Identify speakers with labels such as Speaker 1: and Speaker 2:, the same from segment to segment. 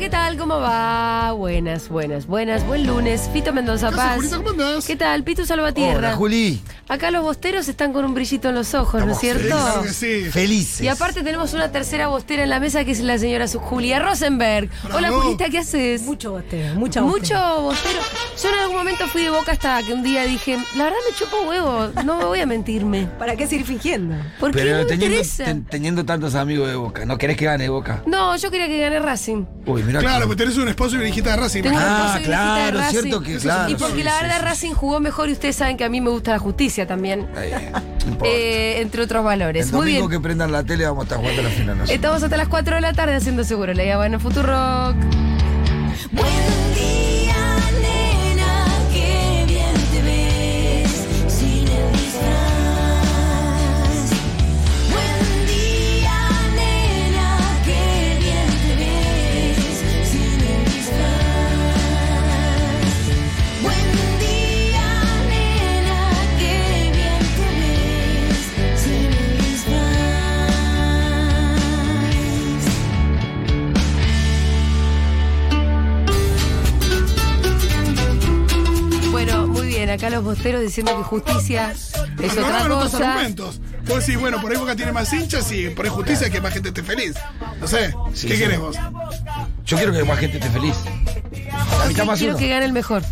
Speaker 1: ¿qué tal? ¿Cómo va? Buenas, buenas, buenas. Buen lunes. Fito Mendoza
Speaker 2: ¿Qué haces,
Speaker 1: Paz.
Speaker 2: Julita? ¿Cómo andás?
Speaker 1: ¿Qué tal? Pitu Salvatierra.
Speaker 3: Hola, Juli.
Speaker 1: Acá los bosteros están con un brillito en los ojos, ¿no es
Speaker 3: Estamos
Speaker 1: cierto?
Speaker 2: Claro que sí.
Speaker 3: Felices.
Speaker 1: Y aparte tenemos una tercera bostera en la mesa que es la señora Su- Julia Rosenberg. Hola,
Speaker 2: Bravo.
Speaker 1: Julita, ¿qué haces?
Speaker 4: Mucho boteo, mucha
Speaker 1: Mucho
Speaker 4: boteo.
Speaker 1: bostero. Yo en algún momento fui de boca hasta que un día dije, la verdad me chupo huevo, no me voy a mentirme.
Speaker 4: ¿Para qué seguir fingiendo?
Speaker 1: ¿Por qué no
Speaker 3: Pero
Speaker 1: me
Speaker 3: teniendo,
Speaker 1: interesa?
Speaker 3: ten- teniendo tantos amigos de Boca, ¿no querés que gane Boca?
Speaker 1: No, yo quería que gane Racing.
Speaker 3: Uy, mira.
Speaker 2: Claro,
Speaker 3: que-
Speaker 2: pues tenés un esposo y una hijita de Racing.
Speaker 1: Tengo un
Speaker 3: Ah,
Speaker 1: esposo y una hijita de
Speaker 3: claro,
Speaker 1: Racing.
Speaker 3: cierto que claro,
Speaker 1: Y porque
Speaker 3: sí,
Speaker 1: la
Speaker 3: sí,
Speaker 1: verdad
Speaker 3: sí.
Speaker 1: Racing jugó mejor y ustedes saben que a mí me gusta la justicia también,
Speaker 3: Ay, no importa.
Speaker 1: eh, entre otros valores.
Speaker 3: El
Speaker 1: Muy
Speaker 3: domingo
Speaker 1: bien.
Speaker 3: que prendan la tele vamos a estar jugando la final. nosotros.
Speaker 1: Estamos hasta las 4 de la tarde haciendo seguro. La idea bueno, Futurock.
Speaker 5: Buen día, nena, qué bien te ves sin el disfraz. Buen día, nena, qué bien te ves sin el disfraz. Buen día, nena, qué bien te ves sin el disfraz.
Speaker 1: Bueno, muy bien. Acá los bosteros diciendo que justicia es
Speaker 2: Pero
Speaker 1: otra
Speaker 2: no, otros
Speaker 1: cosa.
Speaker 2: argumentos. Vos decís, bueno, por ahí Boca tiene más hinchas y por ahí justicia que más gente esté feliz. No sé,
Speaker 3: Sí,
Speaker 2: ¿qué
Speaker 3: sí.
Speaker 2: querés vos?
Speaker 3: Yo quiero que más gente esté feliz. A mitad más
Speaker 1: Eh, Quiero
Speaker 3: uno.
Speaker 1: que gane el mejor.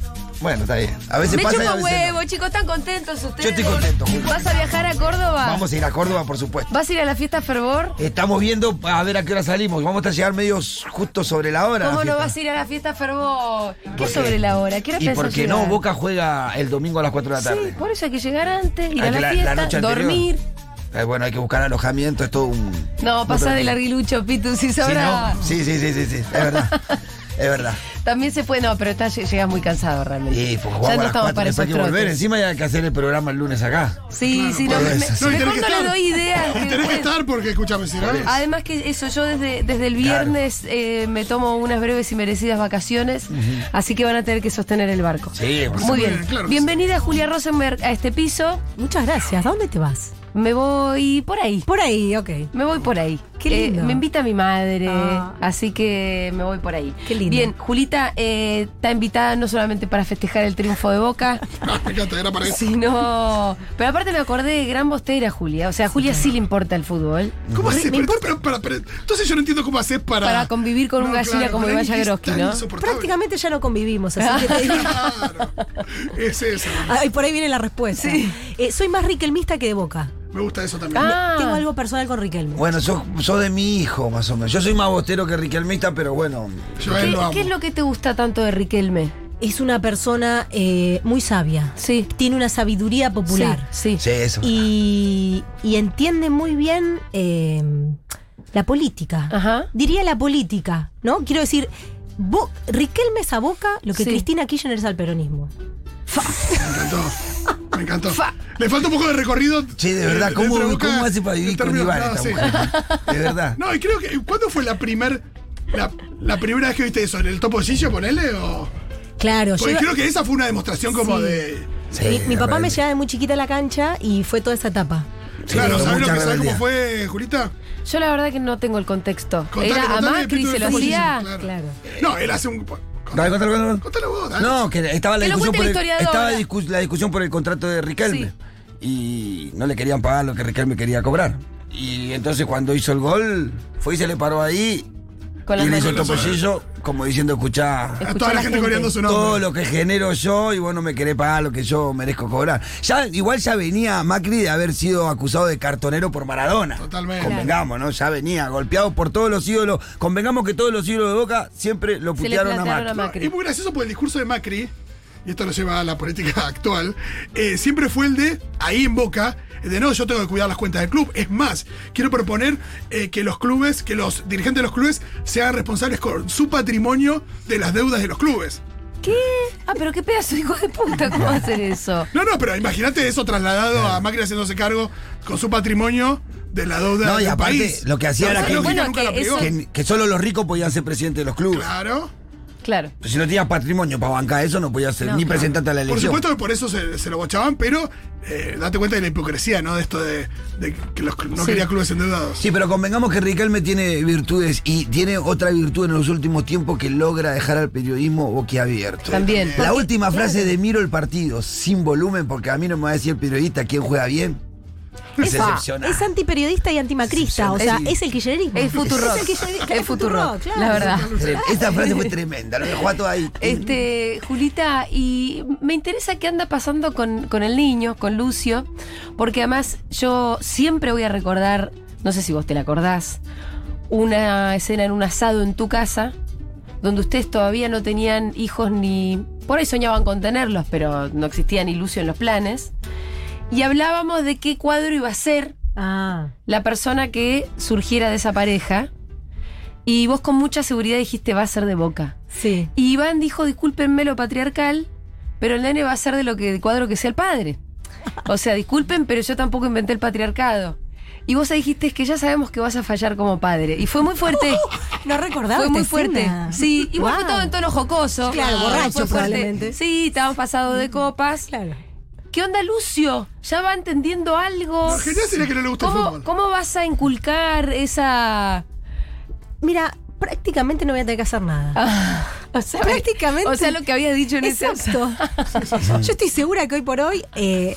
Speaker 3: Bueno, está bien. A veces
Speaker 1: Me
Speaker 3: pasa y a
Speaker 1: chupa
Speaker 3: veces no.
Speaker 1: huevo, chicos, están contentos ustedes.
Speaker 3: Yo estoy contento, Julio.
Speaker 1: ¿Vas a viajar a Córdoba?
Speaker 3: Vamos a ir a Córdoba, por supuesto.
Speaker 1: ¿Vas a ir a la fiesta Fervor?
Speaker 3: Estamos viendo a ver a qué hora salimos. Vamos a llegar medio justo sobre la hora.
Speaker 1: ¿Cómo no
Speaker 3: la fiesta.
Speaker 1: vas a ir a la fiesta Fervor? ¿Qué
Speaker 3: Porque-
Speaker 1: sobre la hora? ¿Qué hora
Speaker 3: Y
Speaker 1: pensás
Speaker 3: porque
Speaker 1: llegar?
Speaker 3: no, Boca juega el domingo a las 4 de la tarde.
Speaker 1: Sí, por eso hay que llegar antes, ir
Speaker 3: Hay
Speaker 1: a la,
Speaker 3: que
Speaker 1: fiesta,
Speaker 3: anterior.
Speaker 1: dormir.
Speaker 3: Eh, bueno, hay que buscar alojamiento, es todo un.
Speaker 1: No, pasá
Speaker 3: otro-
Speaker 1: de larguilucho, Pitu, si
Speaker 3: Sí,
Speaker 1: sabrá.
Speaker 3: ¿no? sí, sí, sí, sí, sí, es verdad. es verdad.
Speaker 1: También se puede, no, pero estás- llegas muy cansado realmente.
Speaker 3: Y
Speaker 1: ya
Speaker 3: pues jugamos
Speaker 1: no
Speaker 3: a las
Speaker 1: estamos
Speaker 3: 4,
Speaker 1: para
Speaker 3: después
Speaker 1: esos
Speaker 3: hay que volver.
Speaker 1: trotes.
Speaker 3: Encima hay que hacer el programa el lunes acá.
Speaker 1: Sí, sí, no,
Speaker 3: por
Speaker 1: me, me-
Speaker 3: eso.
Speaker 2: No, y tenés
Speaker 1: recuerdo
Speaker 2: que
Speaker 1: le
Speaker 2: estar.
Speaker 1: doy ideas.
Speaker 2: Y
Speaker 1: que
Speaker 2: tenés que
Speaker 1: después-
Speaker 2: estar porque escuchame, si no.
Speaker 1: Además que eso, yo desde, desde el
Speaker 3: Claro.
Speaker 1: viernes eh, me tomo unas breves y merecidas vacaciones, así que van a tener que sostener el barco.
Speaker 3: Sí,
Speaker 1: Muy
Speaker 3: por supuesto.
Speaker 1: bien.
Speaker 2: bien, claro que
Speaker 1: Bienvenida Julia Rosenberg a este piso.
Speaker 4: Muchas gracias. ¿A dónde te vas?
Speaker 1: Me voy por ahí.
Speaker 4: Por ahí, ok.
Speaker 1: Me voy por ahí. Eh,
Speaker 4: Qué lindo.
Speaker 1: me invita mi madre,
Speaker 4: Ah.
Speaker 1: así que me voy por ahí.
Speaker 4: Qué lindo.
Speaker 1: Bien, Julita eh, está invitada no solamente para festejar el triunfo de Boca,
Speaker 2: Me encanta, era para eso.
Speaker 1: sino. Pero aparte me acordé de gran bostera, Julia. O sea, a Julia sí le importa el fútbol.
Speaker 2: ¿Cómo
Speaker 4: Me-
Speaker 2: haces?
Speaker 4: me
Speaker 2: Pero- pero- para- pero- Entonces yo no entiendo cómo haces para.
Speaker 1: Para convivir con un gallina como
Speaker 2: para
Speaker 1: Iván
Speaker 2: mí es
Speaker 1: Jagroski,
Speaker 2: tan
Speaker 1: ¿no?
Speaker 2: insoportable.
Speaker 4: Prácticamente ya no convivimos, así que te digo.
Speaker 2: Claro. Es eso.
Speaker 4: Ay, por ahí viene la respuesta. Eh, soy más riquelmista que de boca.
Speaker 2: Me gusta eso también.
Speaker 1: Ah,
Speaker 4: Tengo algo personal con Riquelme.
Speaker 3: Bueno, sos, sos de mi hijo, más o menos. Yo soy más bostero que riquelmista, pero bueno.
Speaker 2: Yo a él
Speaker 1: ¿qué,
Speaker 2: lo amo.
Speaker 1: qué es lo que te gusta tanto de Riquelme?
Speaker 4: Es una persona eh, muy sabia.
Speaker 1: Sí.
Speaker 4: Tiene una sabiduría popular.
Speaker 1: Sí. sí.
Speaker 3: Sí, eso.
Speaker 4: Y, y entiende muy bien eh, la política.
Speaker 1: Ajá.
Speaker 4: Diría la política, ¿no? Quiero decir, Bo- Riquelme es a Boca lo que
Speaker 1: Sí.
Speaker 4: Cristina Kirchner es al peronismo.
Speaker 2: Me encantó. Me encantó.
Speaker 1: Fa.
Speaker 2: Le falta un poco de recorrido.
Speaker 3: Sí, de
Speaker 2: eh,
Speaker 3: verdad, ¿cómo,
Speaker 2: dentro de Boca
Speaker 3: ¿cómo hace para vivir
Speaker 2: en
Speaker 3: con
Speaker 2: términos-
Speaker 3: Iván
Speaker 2: no,
Speaker 3: esta
Speaker 2: sí.
Speaker 3: mujer? De verdad.
Speaker 2: No, y creo que. ¿Cuándo fue la primer. La, la primera vez que viste eso? ¿En el Topo Gillo, ponele? O...
Speaker 4: Claro,
Speaker 2: Porque
Speaker 4: yo-
Speaker 2: creo que esa fue una demostración como
Speaker 4: Sí.
Speaker 2: de.
Speaker 3: Sí,
Speaker 4: mi, mi papá me
Speaker 3: realmente.
Speaker 4: llevaba de muy chiquita a la cancha y fue toda esa etapa.
Speaker 3: Sí,
Speaker 2: claro,
Speaker 3: con
Speaker 2: ¿sabes lo
Speaker 3: mucha
Speaker 2: que sabes
Speaker 3: rebeldía.
Speaker 2: cómo fue, Julita?
Speaker 1: Yo la verdad que no tengo el contexto.
Speaker 2: Contale,
Speaker 1: Era a
Speaker 2: contale,
Speaker 1: Macri,
Speaker 2: Pito,
Speaker 1: se lo
Speaker 2: ¿cómo
Speaker 1: hacía.
Speaker 2: hizo? Claro.
Speaker 4: Claro.
Speaker 2: No, él hace un.
Speaker 3: Dale, contalo, contalo.
Speaker 2: Contalo vos, dale.
Speaker 3: Ah, No, que estaba la
Speaker 1: Que lo cuente
Speaker 3: discusión por
Speaker 1: el
Speaker 3: el-
Speaker 1: historiador.
Speaker 3: estaba discu- la discusión por el contrato de Riquelme y no le querían pagar lo que Riquelme quería cobrar. Y entonces cuando hizo el gol, fue y se le paró ahí
Speaker 1: Con las
Speaker 3: y le hizo el
Speaker 1: manos.
Speaker 3: topollillo como diciendo, escuchá,
Speaker 2: A toda
Speaker 1: a la
Speaker 2: la gente
Speaker 1: gente.
Speaker 2: coreando su
Speaker 3: todo
Speaker 2: nombre.
Speaker 3: lo que genero yo y vos no me querés pagar lo que yo merezco cobrar. Ya, igual ya venía Macri de haber sido acusado de cartonero por Maradona.
Speaker 2: Totalmente.
Speaker 3: Convengamos, ¿no? Ya venía golpeado por todos los ídolos. Convengamos que todos los ídolos de Boca siempre lo
Speaker 1: Se le
Speaker 3: putearon a
Speaker 1: plantaron
Speaker 3: Macri.
Speaker 1: a Macri.
Speaker 2: Es muy gracioso porque el discurso de Macri, y esto lo lleva a la política actual, eh, siempre fue el de, ahí en boca, el de no, yo tengo que cuidar las cuentas del club. Es más, quiero proponer eh, que los clubes, que los dirigentes de los clubes sean responsables con su patrimonio de las deudas de los clubes.
Speaker 1: ¿Qué? Ah, pero qué pedazo de hijo de puta, ¿cómo va a hacer eso?
Speaker 2: No, no, pero imagínate eso trasladado a Macri haciéndose cargo con su patrimonio de la deuda
Speaker 3: No, y
Speaker 2: del
Speaker 3: aparte,
Speaker 2: país.
Speaker 3: lo que hacía
Speaker 2: No,
Speaker 3: era
Speaker 2: esa
Speaker 3: que-
Speaker 2: lógica
Speaker 1: Bueno,
Speaker 2: nunca
Speaker 1: que
Speaker 2: la pegó.
Speaker 1: eso-
Speaker 3: que, que solo los ricos podían ser presidentes de los clubes.
Speaker 2: Claro.
Speaker 1: Claro.
Speaker 3: Pues si no tenías patrimonio para bancar eso, no podías ser
Speaker 1: No,
Speaker 3: ni
Speaker 1: claro.
Speaker 3: presentarte a la
Speaker 2: Por
Speaker 3: elección.
Speaker 2: supuesto que por eso se, se lo bochaban, pero eh, date cuenta de la hipocresía, ¿no? De esto de, de que los, cl- no quería clubes endeudados.
Speaker 3: Sí, pero convengamos que Riquelme tiene virtudes y tiene otra virtud en los últimos tiempos que logra dejar al periodismo boquiabierto.
Speaker 1: También.
Speaker 3: La última frase de Miro el partido, sin volumen, porque a mí no me va a decir el periodista quién juega bien. Es
Speaker 4: Es,
Speaker 3: excepcional.
Speaker 4: es antiperiodista y antimacrista, o sea,
Speaker 3: Sí.
Speaker 4: es el kirchnerismo.
Speaker 1: Es Futurock.
Speaker 4: Es el kirchnerismo,
Speaker 1: Es Futurock,
Speaker 4: claro.
Speaker 1: la verdad.
Speaker 3: Esta frase fue tremenda, lo dejó a todo ahí.
Speaker 1: Este, Julita, y me interesa qué anda pasando con, con el niño, con Lucio, porque además yo siempre voy a recordar, no sé si vos te la acordás, una escena en un asado en tu casa, donde ustedes todavía no tenían hijos ni. Por ahí soñaban con tenerlos, pero no existía ni Lucio en los planes. Y hablábamos de qué cuadro iba a ser
Speaker 4: Ah,
Speaker 1: la persona que surgiera de esa pareja. Y vos con mucha seguridad dijiste, va a ser de boca.
Speaker 4: sí.
Speaker 1: Y Iván dijo, discúlpenme lo patriarcal, pero el nene va a ser de lo que del cuadro que sea el padre. O sea, disculpen, pero yo tampoco inventé el patriarcado. Y vos ahí dijiste, es que ya sabemos que vas a fallar como padre. Y fue muy fuerte.
Speaker 4: No recordaba.
Speaker 1: Fue muy
Speaker 4: esta
Speaker 1: fuerte.
Speaker 4: escena.
Speaker 1: Sí, y vos
Speaker 4: Guau.
Speaker 1: fue todo en tono jocoso.
Speaker 4: Claro,
Speaker 1: Fue
Speaker 4: borracho
Speaker 1: fuerte.
Speaker 4: probablemente.
Speaker 1: Sí, estábamos pasados de copas.
Speaker 4: Claro.
Speaker 1: ¿Qué onda, Lucio? ¿Ya va entendiendo algo?
Speaker 2: Lo genial sería que no le guste el
Speaker 1: ¿Cómo,
Speaker 2: fútbol.
Speaker 1: ¿Cómo vas a inculcar esa...
Speaker 4: Mira, prácticamente no voy a tener que hacer nada.
Speaker 1: Ah, o sea,
Speaker 4: Prácticamente.
Speaker 1: O sea, lo que habías dicho en ese
Speaker 4: Exacto. Yo estoy segura que hoy por hoy eh,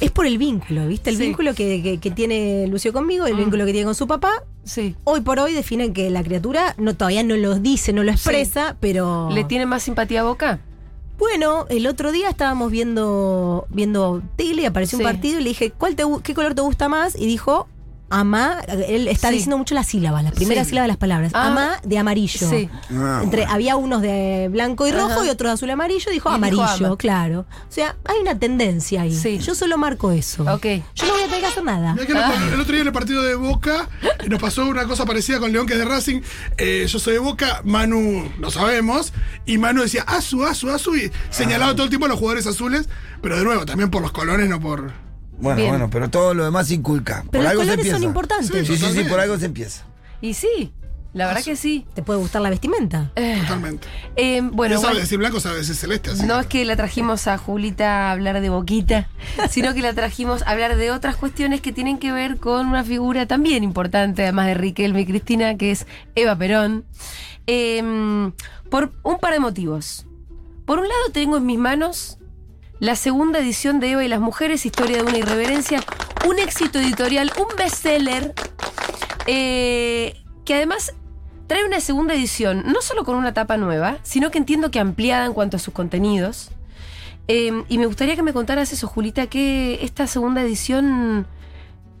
Speaker 4: es por el vínculo, ¿viste? El
Speaker 1: Sí. Mm.
Speaker 4: vínculo que, que- que tiene Lucio conmigo, el vínculo que tiene con su papá.
Speaker 1: Sí.
Speaker 4: Hoy por hoy definen que la criatura no todavía no lo dice, no lo expresa, pero.
Speaker 1: ¿Le tiene más simpatía a Boca?
Speaker 4: Bueno, el otro día estábamos viendo, viendo tele, apareció
Speaker 1: Sí.
Speaker 4: un partido y le dije, ¿cuál te, gu- ¿qué color te gusta más? Y dijo, amá, él está
Speaker 1: Sí.
Speaker 4: diciendo mucho las sílabas, las primeras
Speaker 1: Sí.
Speaker 4: sílabas de las palabras.
Speaker 1: Ah.
Speaker 4: Amá de amarillo.
Speaker 1: Sí.
Speaker 3: Ah,
Speaker 4: Entre, había unos de blanco y rojo
Speaker 1: Ajá.
Speaker 4: y otros de azul y amarillo, dijo
Speaker 1: Y él dijo
Speaker 4: amarillo,
Speaker 1: ama.
Speaker 4: claro. O sea, hay una tendencia ahí.
Speaker 1: Sí.
Speaker 4: Yo solo marco eso.
Speaker 1: Ok.
Speaker 4: Yo no voy a tener que hacer nada.
Speaker 2: Mirá que nos- El otro día en el partido de Boca eh, nos pasó una cosa parecida con León, que es de Racing. Eh, yo soy de Boca, Manu lo sabemos. Y Manu decía Azu, Azu, Azu. Y señalaba todo el tiempo a los jugadores azules. Pero de nuevo, también por los colores, no por.
Speaker 3: Bueno,
Speaker 1: Bien.
Speaker 3: bueno, pero todo lo demás se inculca.
Speaker 4: Pero
Speaker 3: por
Speaker 4: los
Speaker 3: algo se
Speaker 4: colores
Speaker 3: empieza.
Speaker 4: son importantes.
Speaker 3: Sí, sí, sí,
Speaker 2: Totalmente.
Speaker 3: por algo se empieza.
Speaker 1: Y sí, la verdad que sí.
Speaker 4: Te puede gustar la vestimenta.
Speaker 2: Totalmente.
Speaker 1: Eh, bueno,
Speaker 2: no sabe
Speaker 1: bueno,
Speaker 2: decir blanco, sabe decir celeste. Así.
Speaker 1: no es que la trajimos a Julita a hablar de boquita, sino que la trajimos a hablar de otras cuestiones que tienen que ver con una figura también importante, además de Riquelme y Cristina, que es Eva Perón. Eh, por un par de motivos. Por un lado tengo en mis manos la segunda edición de Eva y las mujeres, historia de una irreverencia, un éxito editorial, un bestseller, eh, que además trae una segunda edición, no solo con una tapa nueva, sino que entiendo que ampliada en cuanto a sus contenidos. Eh, y me gustaría que me contaras eso, Julita, que esta segunda edición,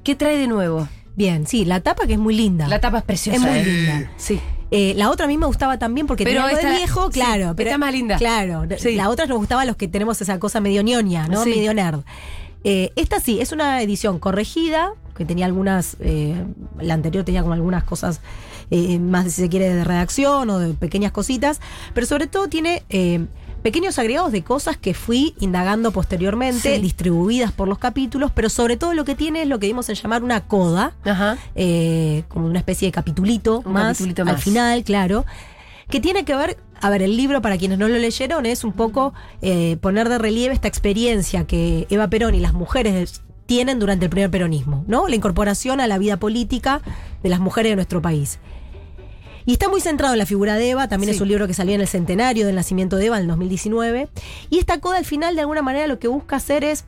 Speaker 1: ¿qué trae de nuevo?
Speaker 4: Bien, sí, la tapa que es muy linda.
Speaker 1: La tapa es preciosa.
Speaker 4: Es muy
Speaker 1: ¿eh?
Speaker 4: linda.
Speaker 1: Sí.
Speaker 4: Eh, la otra a mí me gustaba también porque
Speaker 1: Pero
Speaker 4: tenía algo de
Speaker 1: esta-
Speaker 4: viejo,
Speaker 1: sí,
Speaker 4: claro. pero
Speaker 1: esta más linda.
Speaker 4: Claro.
Speaker 1: Sí.
Speaker 4: La otra nos gustaba a los que tenemos esa cosa medio ñoña, ¿no?
Speaker 1: Sí.
Speaker 4: Medio nerd. Eh, esta sí, es una edición corregida, que tenía algunas. eh, la anterior tenía como algunas cosas eh, más, si se quiere, de redacción o de pequeñas cositas. Pero sobre todo tiene. eh, Pequeños agregados de cosas que fui indagando posteriormente,
Speaker 1: Sí.
Speaker 4: distribuidas por los capítulos, pero sobre todo lo que tiene es lo que vimos en llamar una coda,
Speaker 1: Ajá.
Speaker 4: eh, como una especie de capitulito,
Speaker 1: Un
Speaker 4: más,
Speaker 1: capitulito
Speaker 4: al
Speaker 1: más.
Speaker 4: final, claro, que tiene que ver, a ver, el libro para quienes no lo leyeron es un poco eh, poner de relieve esta experiencia que Eva Perón y las mujeres tienen durante el primer peronismo, ¿no? La incorporación a la vida política de las mujeres de nuestro país. Y está muy centrado en la figura de Eva, también
Speaker 1: Sí.
Speaker 4: es un libro que salió en el centenario del nacimiento de Eva en el 2019. Y esta coda al final de alguna manera lo que busca hacer es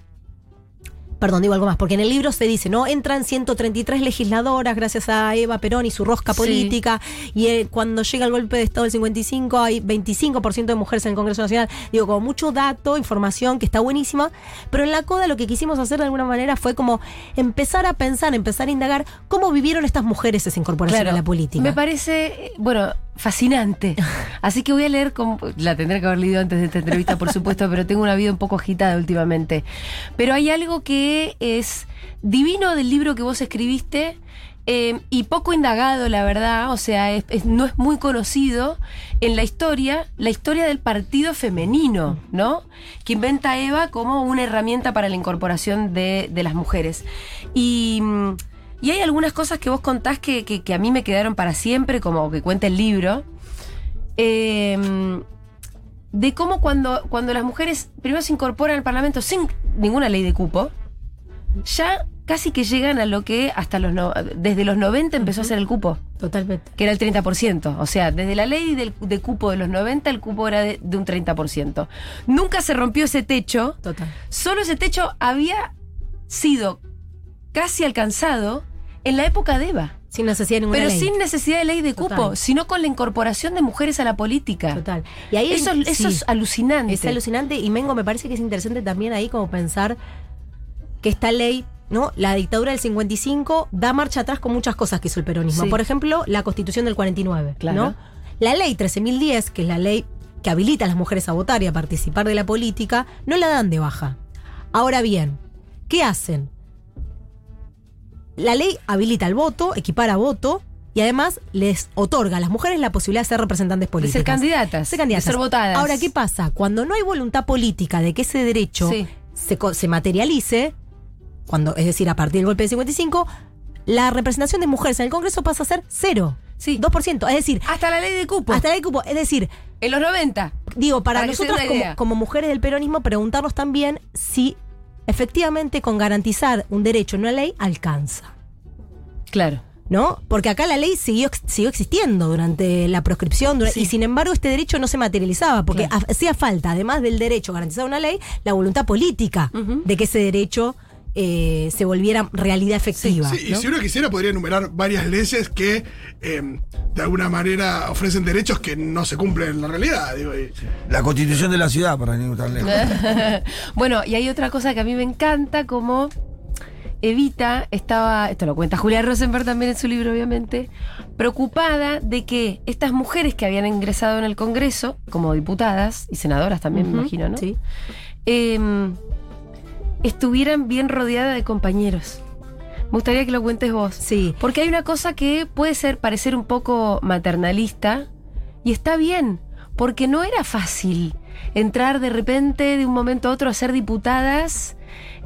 Speaker 4: Perdón, digo algo más, porque en el libro se dice, ¿no? Entran 133 legisladoras gracias a Eva Perón y su rosca
Speaker 1: Sí.
Speaker 4: política, y eh, cuando llega el golpe de Estado del 55 hay 25% de mujeres en el Congreso Nacional, digo, como mucho dato, información que está buenísima, pero en la coda lo que quisimos hacer de alguna manera fue como empezar a pensar, empezar a indagar cómo vivieron estas mujeres esa incorporación a la política.
Speaker 1: Me parece, eh, bueno, fascinante. Así que voy a leer, con- la tendré que haber leído antes de esta entrevista, por supuesto, pero tengo una vida un poco agitada últimamente. Pero hay algo que es divino del libro que vos escribiste. eh, y poco indagado, la verdad, o sea, es- es- no es muy conocido en la historia, la historia del partido femenino, ¿no? Que inventa Eva como una herramienta para la incorporación de, de las mujeres. Y mm, y hay algunas cosas que vos contás que, que- que a mí me quedaron para siempre, como que cuenta el libro. eh, de cómo cuando, cuando las mujeres primero se incorporan al Parlamento sin ninguna ley de cupo, ya casi que llegan a lo que hasta los no- desde los 90 empezó a ser el cupo,
Speaker 4: Totalmente.
Speaker 1: que era el 30%. O sea, desde la ley del- de cupo de los 90 el cupo era de, de un 30%. Nunca se rompió ese techo,
Speaker 4: Total.
Speaker 1: solo ese techo había sido casi alcanzado en la época de Eva.
Speaker 4: Sin necesidad de ninguna
Speaker 1: Pero
Speaker 4: ley.
Speaker 1: sin necesidad de ley de cupo,
Speaker 4: Total.
Speaker 1: sino con la incorporación de mujeres a la política.
Speaker 4: Total. Y ahí
Speaker 1: Eso,
Speaker 4: sí,
Speaker 1: eso es alucinante.
Speaker 4: es alucinante. Y Mengo, me parece que es interesante también ahí como pensar que esta ley, ¿no? La dictadura del 55 da marcha atrás con muchas cosas que hizo el peronismo.
Speaker 1: Sí.
Speaker 4: Por ejemplo, la constitución del 49,
Speaker 1: Claro.
Speaker 4: ¿no? La ley 13.010, que es la ley que habilita a las mujeres a votar y a participar de la política, no la dan de baja. Ahora bien, ¿qué hacen? La ley habilita el voto, equipara voto y además les otorga a las mujeres la posibilidad de ser representantes
Speaker 1: de
Speaker 4: políticas.
Speaker 1: ser candidatas.
Speaker 4: Ser candidatas.
Speaker 1: de ser votadas.
Speaker 4: Ahora, ¿qué pasa? Cuando no hay voluntad política de que ese derecho
Speaker 1: Sí.
Speaker 4: se, co- se materialice, cuando, es decir, a partir del golpe del 55, la representación de mujeres en el Congreso pasa a ser cero.
Speaker 1: Sí. Ah,
Speaker 4: 2%. Es decir,
Speaker 1: Hasta la ley de cupo.
Speaker 4: hasta el cupo. Es decir,
Speaker 1: en los 90.
Speaker 4: digo, para,
Speaker 1: Para que se den
Speaker 4: nosotras
Speaker 1: una
Speaker 4: como,
Speaker 1: idea.
Speaker 4: como mujeres del peronismo, preguntarnos también si efectivamente con garantizar un derecho en una ley alcanza.
Speaker 1: Claro.
Speaker 4: ¿No? Porque acá la ley siguió, ex- siguió existiendo durante la proscripción dura-
Speaker 1: Sí.
Speaker 4: y sin embargo este derecho no se materializaba porque
Speaker 1: Claro.
Speaker 4: ha- hacía falta, además del derecho garantizado en una ley, la voluntad política de que ese derecho eh, se volviera realidad efectiva.
Speaker 2: Sí, y
Speaker 4: ¿no?
Speaker 2: si uno quisiera podría enumerar varias leyes que eh, de alguna manera ofrecen derechos que no se cumplen en la realidad. Digo, y-
Speaker 3: La constitución de la ciudad, para ningún tan lejos.
Speaker 1: bueno, y hay otra cosa que a mí me encanta, como Evita estaba, esto lo cuenta Julia Rosenberg también en su libro, obviamente, preocupada de que estas mujeres que habían ingresado en el Congreso, como diputadas y senadoras también, me
Speaker 4: Ujú,
Speaker 1: imagino, ¿no?
Speaker 4: sí.
Speaker 1: eh, estuvieran bien rodeada de compañeros. Me gustaría que lo cuentes vos.
Speaker 4: Sí.
Speaker 1: Porque hay una cosa que puede ser parecer un poco maternalista y está bien, porque no era fácil entrar de repente de un momento a otro a ser diputadas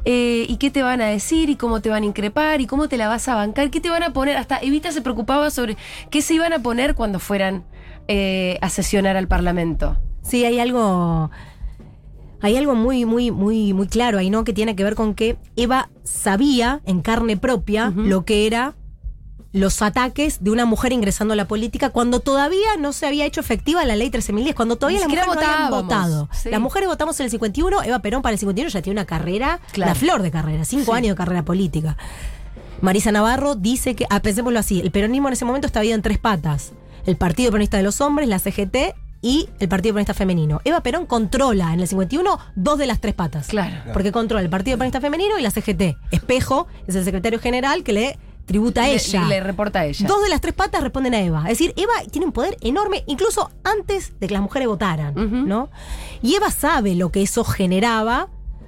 Speaker 1: eh, y qué te van a decir y cómo te van a increpar y cómo te la vas a bancar, qué te van a poner. Hasta Evita se preocupaba sobre qué se iban a poner cuando fueran eh, a sesionar al Parlamento.
Speaker 4: Sí, hay algo. Hay algo muy, muy, muy, muy claro ahí, ¿no? Que tiene que ver con que Eva sabía en carne propia
Speaker 1: Ujú.
Speaker 4: lo que era los ataques de una mujer ingresando a la política cuando todavía no se había hecho efectiva la ley 13.010, cuando todavía
Speaker 1: Ni
Speaker 4: las
Speaker 1: siquiera
Speaker 4: mujeres no habían
Speaker 1: votábamos,
Speaker 4: votado.
Speaker 1: sí.
Speaker 4: Las mujeres votamos en el 51, Eva Perón para el 51 ya tiene una carrera,
Speaker 1: Claro.
Speaker 4: la flor de carrera, cinco años de carrera política. Marisa Navarro dice que, ah, pensémoslo así, el peronismo en ese momento está bien en tres patas. El Partido Peronista de los Hombres, la CGT y el Partido Peronista Femenino. Eva Perón controla en el 51 dos de las tres patas.
Speaker 1: Claro.
Speaker 4: Porque controla el Partido Peronista Femenino y la CGT. Espejo es el secretario general que le tributa a
Speaker 1: Le-
Speaker 4: ella.
Speaker 1: Le, reporta a ella.
Speaker 4: Dos de las tres patas responden a Eva. Es decir, Eva tiene un poder enorme, incluso antes de que las mujeres votaran,
Speaker 1: Ujú.
Speaker 4: ¿no? Y Eva sabe lo que eso generaba,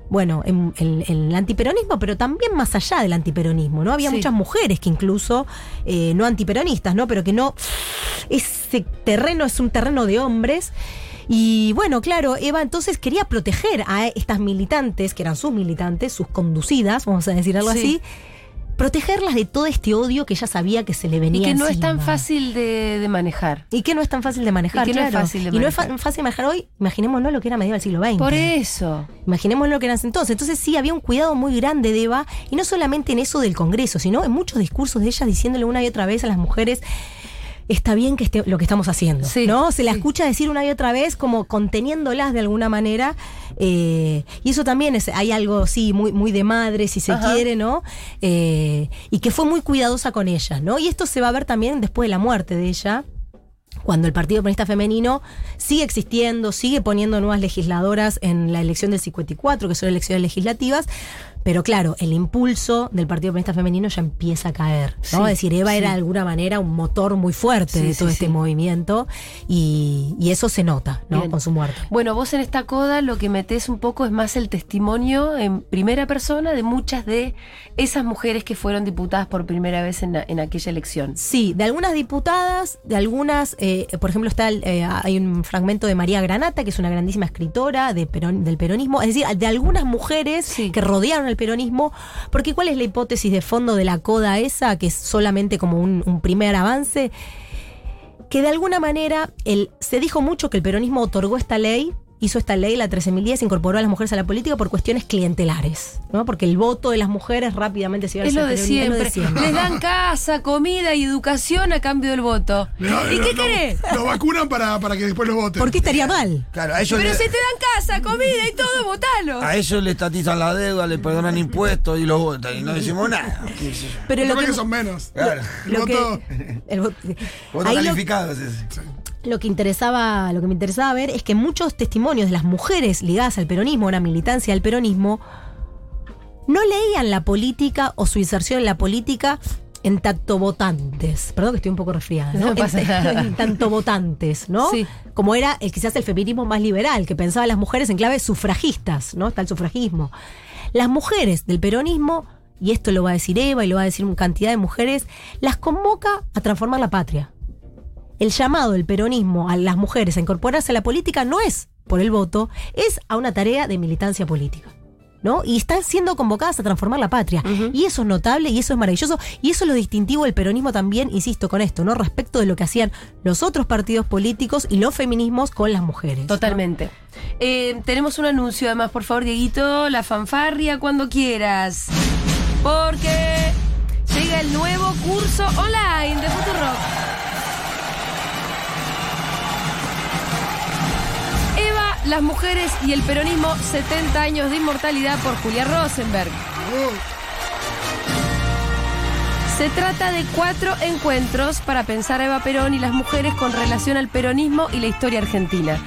Speaker 4: bueno, en, en- en el antiperonismo, pero también más allá del antiperonismo, ¿no? Había
Speaker 1: Sí.
Speaker 4: muchas mujeres que incluso, eh, no antiperonistas, ¿no? Pero que no. Ese terreno es un terreno de hombres. Y bueno, claro, Eva entonces quería proteger a estas militantes, que eran sus militantes, sus conducidas, vamos a decir algo
Speaker 1: Sí.
Speaker 4: así, protegerlas de todo este odio que ella sabía que se le venía
Speaker 1: y que no es
Speaker 4: encima.
Speaker 1: tan fácil de, de manejar.
Speaker 4: y que no es tan fácil de manejar
Speaker 1: Y que no es
Speaker 4: claro.
Speaker 1: fácil de
Speaker 4: y no es
Speaker 1: manejar.
Speaker 4: fa- fácil de manejar hoy imaginémonos lo que era medio del siglo XX
Speaker 1: Por eso.
Speaker 4: Imaginemos lo que eran entonces. Entonces sí, había un cuidado muy grande de Eva, y no solamente en eso del Congreso, sino en muchos discursos de ella diciéndole una y otra vez a las mujeres, está bien que esté lo que estamos haciendo.
Speaker 1: Sí,
Speaker 4: ¿no? Se la
Speaker 1: sí.
Speaker 4: escucha decir una y otra vez, como conteniéndolas de alguna manera. eh, y eso también es, hay algo, sí, muy, muy de madre, si se
Speaker 1: Ajá.
Speaker 4: quiere, ¿no? Eh, y que fue muy cuidadosa con ellas, ¿no? Y esto se va a ver también después de la muerte de ella cuando el Partido Peronista Femenino sigue existiendo, sigue poniendo nuevas legisladoras en la elección del 54, que son elecciones legislativas, pero claro, el impulso del Partido Peronista Femenino ya empieza a caer. ¿no?
Speaker 1: Sí,
Speaker 4: es decir, Eva
Speaker 1: sí.
Speaker 4: era de alguna manera un motor muy fuerte
Speaker 1: Sí,
Speaker 4: de todo
Speaker 1: sí,
Speaker 4: este
Speaker 1: sí.
Speaker 4: movimiento y, y eso se nota ¿no?
Speaker 1: Bien.
Speaker 4: con su muerte.
Speaker 1: Bueno, vos en esta coda lo que metés un poco es más el testimonio en primera persona de muchas de esas mujeres que fueron diputadas por primera vez en, la- en aquella elección.
Speaker 4: Sí, de algunas diputadas, de algunas, eh, por ejemplo, está el, eh, hay un fragmento de María Granata, que es una grandísima escritora de peron- del peronismo, es decir, de algunas mujeres
Speaker 1: Sí.
Speaker 4: que rodearon el peronismo, porque ¿cuál es la hipótesis de fondo de la coda esa, que es solamente como un, un primer avance? que de alguna manera el, se dijo mucho que el peronismo otorgó esta ley, hizo esta ley, la 13.010, incorporó a las mujeres a la política por cuestiones clientelares, ¿no? Porque el voto de las mujeres rápidamente se iba al
Speaker 1: Es lo, de
Speaker 4: sector- es
Speaker 1: siempre. Les dan casa, comida y educación a cambio del voto.
Speaker 2: No,
Speaker 1: ¿Y
Speaker 2: no,
Speaker 1: qué
Speaker 2: no.
Speaker 1: querés?
Speaker 2: Lo vacunan para, para que después lo voten.
Speaker 4: ¿Por qué estaría mal?
Speaker 3: Claro, a ellos,
Speaker 1: Pero
Speaker 3: le,
Speaker 1: si te dan casa, comida y todo, votalo.
Speaker 3: a ellos le estatizan la deuda, le perdonan impuestos y los votan. Y no decimos nada. ¿Qué sé yo?
Speaker 4: Pero
Speaker 2: El
Speaker 4: lo
Speaker 2: tema
Speaker 4: que,
Speaker 2: es que son menos.
Speaker 3: Claro.
Speaker 2: El
Speaker 4: lo
Speaker 2: voto-
Speaker 4: que- el voto-
Speaker 3: Votos
Speaker 4: ahí lo-
Speaker 3: calificados. ese.
Speaker 4: Lo que interesaba, lo que me interesaba ver es que muchos testimonios de las mujeres ligadas al peronismo, a una militancia del peronismo, no leían la política o su inserción en la política en tanto votantes. Perdón que estoy un poco resfriada, ¿no?
Speaker 1: No pasa
Speaker 4: en,
Speaker 1: nada.
Speaker 4: en tanto votantes, ¿no?
Speaker 1: Sí.
Speaker 4: Como era el, quizás el feminismo más liberal, que pensaba a las mujeres en clave sufragistas, ¿no? Está el sufragismo. Las mujeres del peronismo, y esto lo va a decir Eva y lo va a decir una cantidad de mujeres, las convoca a transformar la patria. El llamado del peronismo a las mujeres a incorporarse a la política no es por el voto, es a una tarea de militancia política. ¿No? Y están siendo convocadas a transformar la patria. Y eso es notable y eso es maravilloso. Y eso es lo distintivo del peronismo también, insisto con esto, ¿no? Respecto de lo que hacían los otros partidos políticos y los feminismos con las mujeres.
Speaker 1: Totalmente. Eh, tenemos un anuncio además, por favor, Dieguito, la fanfarria cuando quieras. Porque llega el nuevo curso online de Futurock. Eva, las mujeres y el peronismo, 70 años de inmortalidad por Julia Rosenberg. Se trata de cuatro encuentros para pensar a Eva Perón y las mujeres con relación al peronismo y la historia argentina.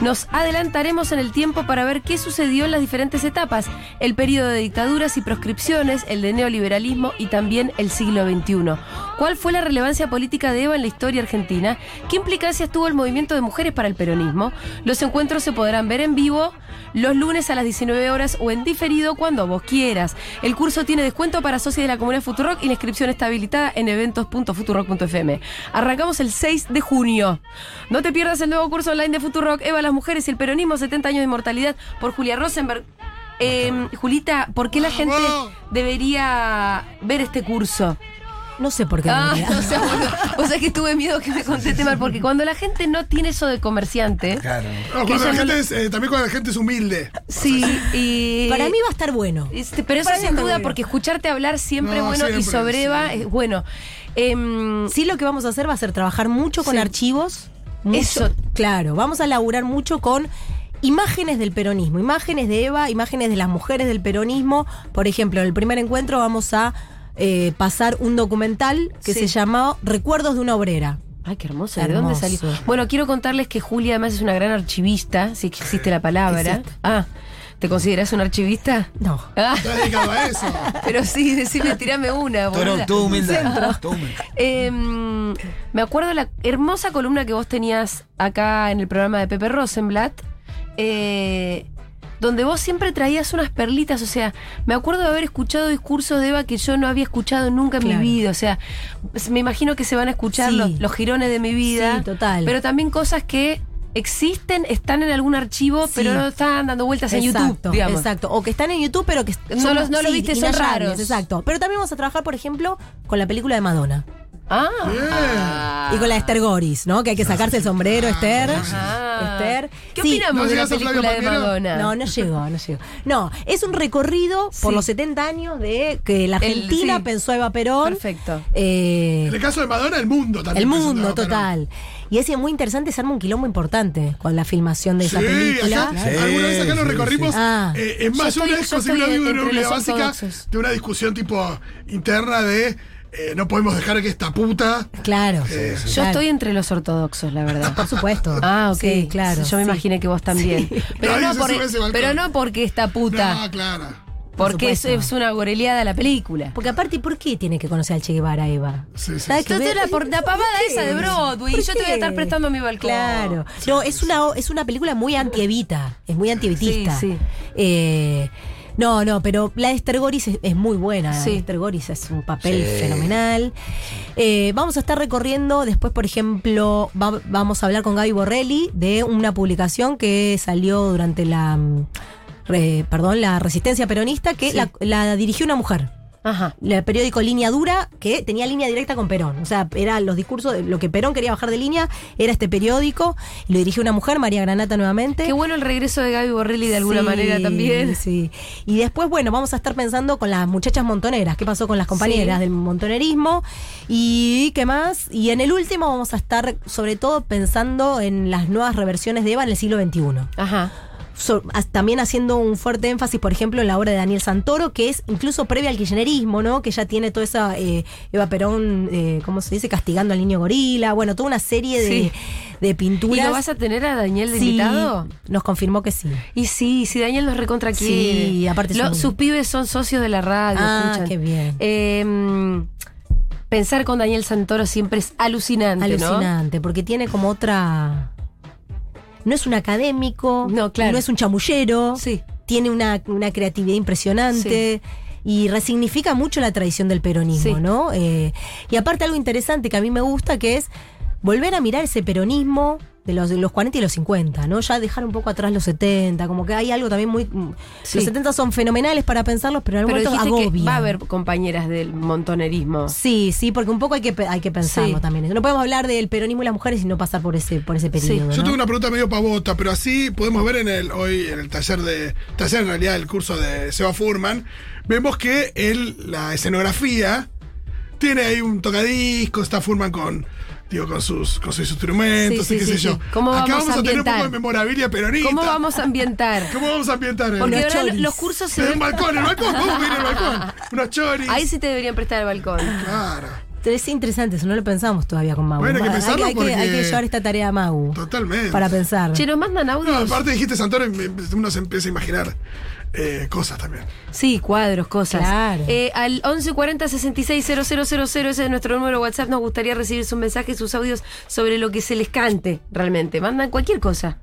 Speaker 1: Nos adelantaremos en el tiempo para ver qué sucedió en las diferentes etapas, el periodo de dictaduras y proscripciones, el de neoliberalismo y también el siglo XXI. ¿Cuál fue la relevancia política de Eva en la historia argentina? ¿Qué implicancias tuvo el movimiento de mujeres para el peronismo? Los encuentros se podrán ver en vivo los lunes a las 19 horas o en diferido cuando vos quieras. El curso tiene descuento para socios de la comunidad Futurock y la inscripción está habilitada en eventos.futurock.fm. Arrancamos el 6 de junio. No te pierdas el nuevo curso online de Futurock, Eva, las mujeres y el peronismo, 70 años de inmortalidad, por Julia Rosenberg. Eh, Julita, ¿por qué la gente
Speaker 2: ¡Bravo!
Speaker 1: debería ver este curso?
Speaker 4: No sé por qué.
Speaker 1: Ah,
Speaker 4: en realidad.
Speaker 1: no seas boludo. O sea que tuve miedo que me conteste mal, porque cuando la gente no tiene eso de comerciante,
Speaker 3: Claro.
Speaker 2: No,
Speaker 1: Que ya
Speaker 2: cuando la
Speaker 1: no
Speaker 2: gente
Speaker 1: le-
Speaker 2: es, eh, también cuando la gente es humilde.
Speaker 1: sí, y...
Speaker 4: Para mí va a estar bueno.
Speaker 1: Este, pero eso
Speaker 4: Para mí
Speaker 1: sin
Speaker 4: está
Speaker 1: duda,
Speaker 4: bueno.
Speaker 1: porque escucharte hablar siempre
Speaker 2: No,
Speaker 1: bueno y
Speaker 2: siempre,
Speaker 1: sobre Eva
Speaker 2: sí.
Speaker 1: es bueno. Em,
Speaker 4: Sí, lo que vamos a hacer va a ser trabajar mucho con
Speaker 1: Sí.
Speaker 4: archivos. mucho-
Speaker 1: Eso.
Speaker 4: Claro, vamos a laburar mucho con imágenes del peronismo, imágenes de Eva, imágenes de las mujeres del peronismo. Por ejemplo, en el primer encuentro vamos a eh, pasar un documental que
Speaker 1: Sí.
Speaker 4: se llamaba Recuerdos de una obrera.
Speaker 1: Ay, qué hermoso. ¿De
Speaker 4: Hermoso.
Speaker 1: dónde salió? Bueno, quiero contarles que Julia además es una gran archivista, si es que existe la palabra.
Speaker 4: Existe.
Speaker 1: Ah, ¿te consideras un archivista?
Speaker 4: No.
Speaker 1: Ah,
Speaker 2: Está dedicado a eso.
Speaker 1: pero sí, decime, tirame una.
Speaker 3: Tú eres
Speaker 1: boluda.
Speaker 3: tú humilde. Tú humilde.
Speaker 1: Em, me acuerdo la hermosa columna que vos tenías acá en el programa de Pepe Rosenblatt, eh, donde vos siempre traías unas perlitas. O sea, me acuerdo de haber escuchado discursos de Eva que yo no había escuchado nunca en
Speaker 4: Claro.
Speaker 1: mi vida. O sea, s- me imagino que se van a escuchar
Speaker 4: Sí.
Speaker 1: los, los girones de mi vida.
Speaker 4: Sí, total.
Speaker 1: Pero también cosas que existen, están en algún archivo,
Speaker 4: Sí.
Speaker 1: pero no están dando vueltas en YouTube.
Speaker 4: Exacto,
Speaker 1: digamos.
Speaker 4: Exacto, o que están en YouTube, pero que
Speaker 1: No los- no los viste, son
Speaker 4: inallables,
Speaker 1: raros.
Speaker 4: Exacto, pero también vamos a trabajar, por ejemplo, con la película de Madonna
Speaker 1: Ah.
Speaker 2: Bien.
Speaker 4: y con la de Esther Goris, ¿no? Que hay que sacarse el sombrero, Esther.
Speaker 1: Ah.
Speaker 4: Esther.
Speaker 1: ¿Qué
Speaker 4: Sí.
Speaker 1: opinamos
Speaker 2: ¿No
Speaker 1: de la
Speaker 2: llegas a Flavio
Speaker 1: película de
Speaker 2: Palmiero?
Speaker 1: Madonna?
Speaker 4: No, no llegó, no llegó. No, es un recorrido por
Speaker 1: Sí.
Speaker 4: los 70 años de que la
Speaker 1: El-
Speaker 4: Argentina
Speaker 1: sí.
Speaker 4: pensó a Eva Perón.
Speaker 1: Perfecto.
Speaker 4: Eh,
Speaker 2: En el caso de Madonna, el mundo también.
Speaker 4: el
Speaker 2: presentaba,
Speaker 4: mundo,
Speaker 2: pero-
Speaker 4: total. Y es muy interesante, se arma un quilombo importante con la filmación de esa
Speaker 2: Sí,
Speaker 4: película.
Speaker 2: acá, alguna vez acá
Speaker 3: Sí,
Speaker 2: lo
Speaker 3: sí,
Speaker 2: recorrimos.
Speaker 4: sí. Ah.
Speaker 2: Eh, es
Speaker 1: Yo
Speaker 2: más, una
Speaker 1: estoy-
Speaker 2: vez
Speaker 1: yo
Speaker 2: conseguí una
Speaker 1: estoy
Speaker 2: biblia- una
Speaker 1: entre
Speaker 2: biblia
Speaker 1: los
Speaker 2: básica
Speaker 1: ortodoxos.
Speaker 2: de una discusión tipo interna de eh, no podemos dejar que esta puta.
Speaker 4: Claro.
Speaker 1: Yo
Speaker 4: claro.
Speaker 1: estoy entre los ortodoxos, la verdad.
Speaker 4: Por supuesto.
Speaker 1: Ah, ok,
Speaker 4: Sí, claro.
Speaker 1: Yo me
Speaker 4: sí.
Speaker 1: imaginé que vos también. Pero,
Speaker 2: Nadie
Speaker 1: no
Speaker 2: se
Speaker 1: por-
Speaker 2: sube a ese balcón.
Speaker 1: pero no porque esta puta,
Speaker 2: No, claro.
Speaker 1: porque es,
Speaker 4: supuesto.
Speaker 1: es una goreleada la película.
Speaker 4: Porque aparte, ¿por qué tiene que conocer al Che Guevara, Eva?
Speaker 2: Sí, sí,
Speaker 4: ¿Sabes
Speaker 2: sí.
Speaker 4: qué?
Speaker 1: Esto es la, por- la pavada
Speaker 4: ¿Por qué?
Speaker 1: esa de Broadway.
Speaker 4: ¿Por
Speaker 1: Yo te voy a estar
Speaker 4: qué?
Speaker 1: prestando mi balcón.
Speaker 4: Claro. No, es una, o- es una película muy antievita. Es muy antievitista.
Speaker 1: Sí, sí.
Speaker 4: Eh, no, no, pero la de Esther Goris es, es muy buena.
Speaker 1: Sí.
Speaker 4: Sí. Esther Goris es un papel
Speaker 3: Sí.
Speaker 4: fenomenal. Eh, vamos a estar recorriendo, después, por ejemplo, va- vamos a hablar con Gaby Borrelli de una publicación que salió durante la. mm, re- perdón, la resistencia peronista que
Speaker 1: Sí.
Speaker 4: la, la dirigió una mujer.
Speaker 1: Ajá.
Speaker 4: el periódico Línea Dura, que tenía línea directa con Perón. O sea, eran los discursos, de lo que Perón quería bajar de línea era este periódico. Y lo dirigió una mujer, María Granata, nuevamente.
Speaker 1: Qué bueno el regreso de Gaby Borrelli de alguna
Speaker 4: Sí,
Speaker 1: manera también.
Speaker 4: Sí. Y después, bueno, vamos a estar pensando con las muchachas montoneras, qué pasó con las compañeras
Speaker 1: Sí.
Speaker 4: del montonerismo y qué más. Y en el último vamos a estar sobre todo pensando en las nuevas reversiones de Eva en el siglo XXI.
Speaker 1: Ajá.
Speaker 4: So- as- también haciendo un fuerte énfasis, por ejemplo, en la obra de Daniel Santoro, que es incluso previa al kirchnerismo, ¿no? Que ya tiene toda esa eh, Eva Perón, eh, ¿cómo se dice? Castigando al niño gorila, bueno, toda una serie de,
Speaker 1: Sí.
Speaker 4: de
Speaker 1: ¿Y
Speaker 4: pinturas.
Speaker 1: lo vas a tener a Daniel de
Speaker 4: Sí,
Speaker 1: invitado?
Speaker 4: Nos confirmó que sí.
Speaker 1: Y sí, si Daniel nos recontra
Speaker 4: Sí,
Speaker 1: quiere.
Speaker 4: aparte
Speaker 1: Lo-
Speaker 4: son-
Speaker 1: Sus pibes son socios de la radio.
Speaker 4: Ah,
Speaker 1: escuchan.
Speaker 4: qué bien.
Speaker 1: Eh, pensar con Daniel Santoro siempre es alucinante, ¿no?
Speaker 4: Alucinante, porque tiene como otra. No es un académico,
Speaker 1: No, claro.
Speaker 4: no es un chamullero,
Speaker 1: Sí.
Speaker 4: tiene una, una creatividad impresionante. Y resignifica mucho la tradición del peronismo,
Speaker 1: Sí.
Speaker 4: ¿no? Eh, y aparte algo interesante que a mí me gusta, que es volver a mirar ese peronismo de los, de los 40 y los 50, ¿no? Ya dejar un poco atrás los 70, como que hay algo también muy... mm,
Speaker 1: Sí.
Speaker 4: Los 70 son fenomenales para pensarlos, pero en algún
Speaker 1: Pero dijiste
Speaker 4: momento
Speaker 1: que
Speaker 4: agobian.
Speaker 1: va a haber compañeras del montonerismo.
Speaker 4: Sí, sí, porque un poco hay que, pe- hay que pensarlo
Speaker 1: Sí.
Speaker 4: también. No podemos hablar del peronismo y las mujeres y no pasar por ese, por ese
Speaker 1: Sí.
Speaker 4: periodo.
Speaker 1: Yo
Speaker 2: Yo
Speaker 4: ¿no?
Speaker 2: tengo una pregunta medio pavota, pero así podemos ver en el hoy en el taller de taller en realidad el curso de Seba Furman, vemos que él la escenografía tiene ahí un tocadisco, está Furman con digo con sus con sus instrumentos
Speaker 1: Sí,
Speaker 2: y
Speaker 1: sí, sí,
Speaker 2: qué sé
Speaker 1: sí.
Speaker 2: yo.
Speaker 1: ¿Cómo
Speaker 2: Acá
Speaker 1: vamos
Speaker 2: vamos,
Speaker 1: a
Speaker 2: a, tener un poco
Speaker 1: ambientar?
Speaker 2: de memorabilia peronista.
Speaker 1: ¿Cómo vamos a ambientar?
Speaker 2: ¿Cómo vamos a ambientar el,
Speaker 1: Porque
Speaker 4: Unos
Speaker 1: ahora lo-
Speaker 4: choris.
Speaker 1: los cursos se
Speaker 2: Pero
Speaker 1: ven-
Speaker 2: un balcón, el balcón, ¿cómo viene el balcón? Unos choris.
Speaker 1: Ahí sí te deberían prestar el balcón.
Speaker 2: Claro,
Speaker 4: Es interesante, eso no lo pensamos todavía con Magu.
Speaker 2: Bueno, hay que
Speaker 4: Ah,
Speaker 2: pensarlo
Speaker 4: hay, que, hay que
Speaker 2: porque-
Speaker 4: llevar esta tarea a Magu
Speaker 2: totalmente.
Speaker 4: para pensar.
Speaker 1: Che, ¿nos mandan
Speaker 2: No,
Speaker 1: audios?
Speaker 2: aparte dijiste Santoro, me- uno se empieza a imaginar eh, cosas también.
Speaker 1: Sí, cuadros, cosas.
Speaker 4: Claro.
Speaker 1: Eh, al 1140-660000, ese es nuestro número de WhatsApp. Nos gustaría recibir sus mensajes, sus audios sobre lo que se les cante realmente. Mandan cualquier cosa.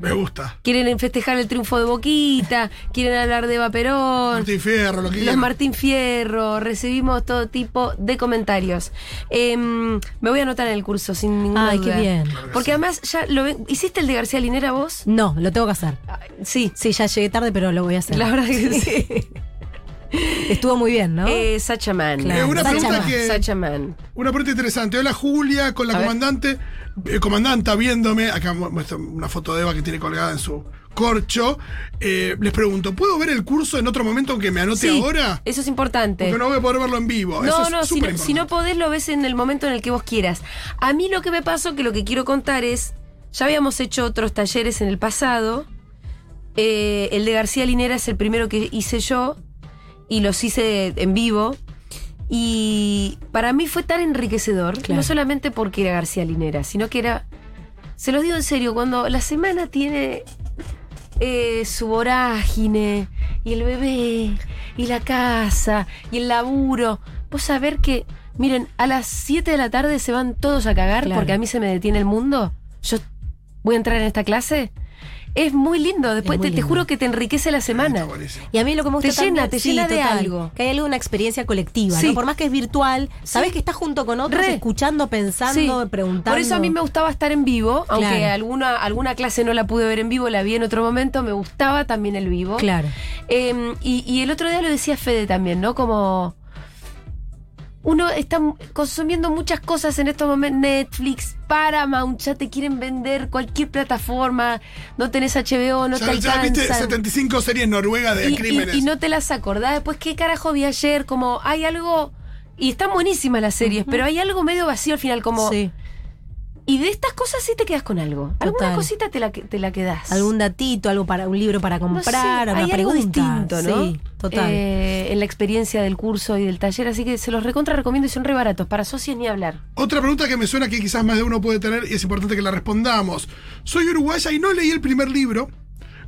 Speaker 2: Me gusta.
Speaker 1: Quieren festejar el triunfo de Boquita, quieren hablar de Eva Perón,
Speaker 2: Martín Fierro, lo que
Speaker 1: los
Speaker 2: quieras.
Speaker 1: Martín Fierro. Recibimos todo tipo de comentarios. Em, me voy a anotar en el curso, sin ninguna
Speaker 4: Ay, qué
Speaker 1: duda.
Speaker 4: bien.
Speaker 1: Porque además ya lo ven- ¿Hiciste el de García Linera vos?
Speaker 4: No, lo tengo que hacer.
Speaker 1: Ah, Sí,
Speaker 4: Sí, ya llegué tarde, pero lo voy a hacer.
Speaker 1: la verdad que sí.
Speaker 4: Estuvo muy bien, ¿no?
Speaker 1: Eh, Sacha Mann.
Speaker 4: Claro.
Speaker 2: Eh, una
Speaker 4: Sacha
Speaker 2: pregunta
Speaker 4: Mann.
Speaker 2: que.
Speaker 1: Sacha Mann.
Speaker 2: Una pregunta interesante. Hola Julia, con la
Speaker 1: A ver.
Speaker 2: comandante, eh, comandanta viéndome, acá mu- muestra una foto de Eva que tiene colgada en su corcho. Eh, les pregunto, ¿puedo ver el curso en otro momento aunque me anote
Speaker 1: Sí,
Speaker 2: ahora?
Speaker 1: Eso es importante.
Speaker 2: Porque no voy a poder verlo en vivo. Eso
Speaker 1: No,
Speaker 2: es
Speaker 1: no, si no,
Speaker 2: superimportante.
Speaker 1: si no podés lo ves en el momento en el que vos quieras. A mí lo que me pasó, que lo que quiero contar es, ya habíamos hecho otros talleres en el pasado, eh, el de García Linera es el primero que hice yo y los hice en vivo. Y para mí fue tan enriquecedor,
Speaker 4: Claro.
Speaker 1: no solamente porque era García Linera, sino que era, se los digo en serio, cuando la semana tiene eh, su vorágine y el bebé y la casa y el laburo. Vos saber que, miren, a las 7 de la tarde se van todos a cagar
Speaker 4: Claro.
Speaker 1: porque a mí se me detiene el mundo. Yo voy a entrar en esta clase. Es muy lindo. Después
Speaker 4: Es muy
Speaker 1: te, te
Speaker 4: lindo.
Speaker 1: juro que te enriquece la
Speaker 2: Está
Speaker 1: semana.
Speaker 2: buenísimo.
Speaker 4: Y a mí lo que me gusta
Speaker 1: Te llena,
Speaker 4: también-
Speaker 1: te
Speaker 4: sí,
Speaker 1: llena de
Speaker 4: total,
Speaker 1: algo.
Speaker 4: Que hay algo de una experiencia colectiva,
Speaker 1: Sí.
Speaker 4: ¿no? Por más que es virtual, sabes que estás junto con otros,
Speaker 1: Re.
Speaker 4: escuchando, pensando,
Speaker 1: Sí.
Speaker 4: preguntando.
Speaker 1: Por eso a mí me gustaba estar en vivo, aunque
Speaker 4: Claro.
Speaker 1: alguna, alguna clase no la pude ver en vivo, la vi en otro momento, me gustaba también el vivo.
Speaker 4: Claro.
Speaker 1: Eh, y, y el otro día lo decía Fede también, ¿no? Como. Uno está m- consumiendo muchas cosas en estos momentos. Netflix, Paramount, ya te quieren vender cualquier plataforma. No tenés HBO, no te
Speaker 2: ya, ya viste
Speaker 1: alcanzan.
Speaker 2: 75 series noruegas de
Speaker 1: Y,
Speaker 2: crímenes.
Speaker 1: y- y no te las acordás. Después, ¿qué carajo vi ayer? Como hay algo. Y están buenísimas las series, pero hay algo medio vacío al final. Como.
Speaker 4: Sí.
Speaker 1: Y de estas cosas sí te quedas con algo. Alguna
Speaker 4: Total.
Speaker 1: cosita te la, que- te la quedás.
Speaker 4: algún datito, algo para un libro para
Speaker 1: No sé,
Speaker 4: comprar,
Speaker 1: hay
Speaker 4: una
Speaker 1: algo
Speaker 4: pregunta.
Speaker 1: distinto, ¿no?
Speaker 4: Sí, total.
Speaker 1: Eh, en la experiencia del curso y del taller, así que se los recontra recomiendo y son re baratos. Para socios ni hablar.
Speaker 2: Otra pregunta que me suena que quizás más de uno puede tener y es importante que la respondamos. Soy uruguaya y no leí el primer libro,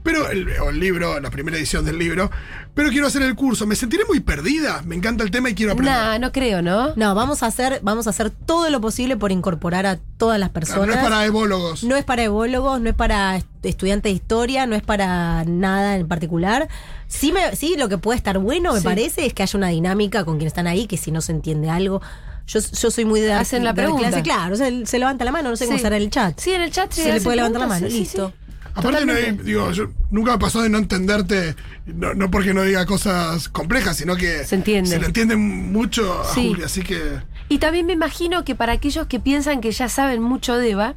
Speaker 2: pero el, o el libro, la primera edición del libro, pero quiero hacer el curso. ¿Me sentiré muy perdida? Me encanta el tema y quiero aprender.
Speaker 1: Nah, no creo, ¿no?
Speaker 4: No, vamos a hacer, vamos a hacer todo lo posible por incorporar a todas las
Speaker 2: Claro,
Speaker 4: personas.
Speaker 2: no es para ebólogos.
Speaker 4: No es para ebólogos, no es para est- estudiantes de historia, no es para nada en particular. Sí, me, sí lo que puede estar bueno, me
Speaker 1: Sí.
Speaker 4: parece, es que haya una dinámica con quienes están ahí, que si no se entiende algo. Yo, yo soy muy de dar-
Speaker 1: Hacen la
Speaker 4: dar
Speaker 1: pregunta.
Speaker 4: claro, se, se levanta la mano, no sé cómo
Speaker 1: Sí.
Speaker 4: será en el chat.
Speaker 1: Sí, en el chat
Speaker 4: se le
Speaker 1: hacen
Speaker 4: puede levantar la
Speaker 1: preguntas,
Speaker 4: mano,
Speaker 1: sí, sí,
Speaker 4: listo.
Speaker 1: sí.
Speaker 2: Aparte, no hay-
Speaker 1: Totalmente.
Speaker 2: digo, yo- nunca me pasó de no entenderte, no, no porque no diga cosas complejas, sino que
Speaker 1: Se entiende.
Speaker 2: le entiende mucho a
Speaker 1: Sí.
Speaker 2: Juli, así que
Speaker 1: Y también me imagino que para aquellos que piensan que ya saben mucho de Eva,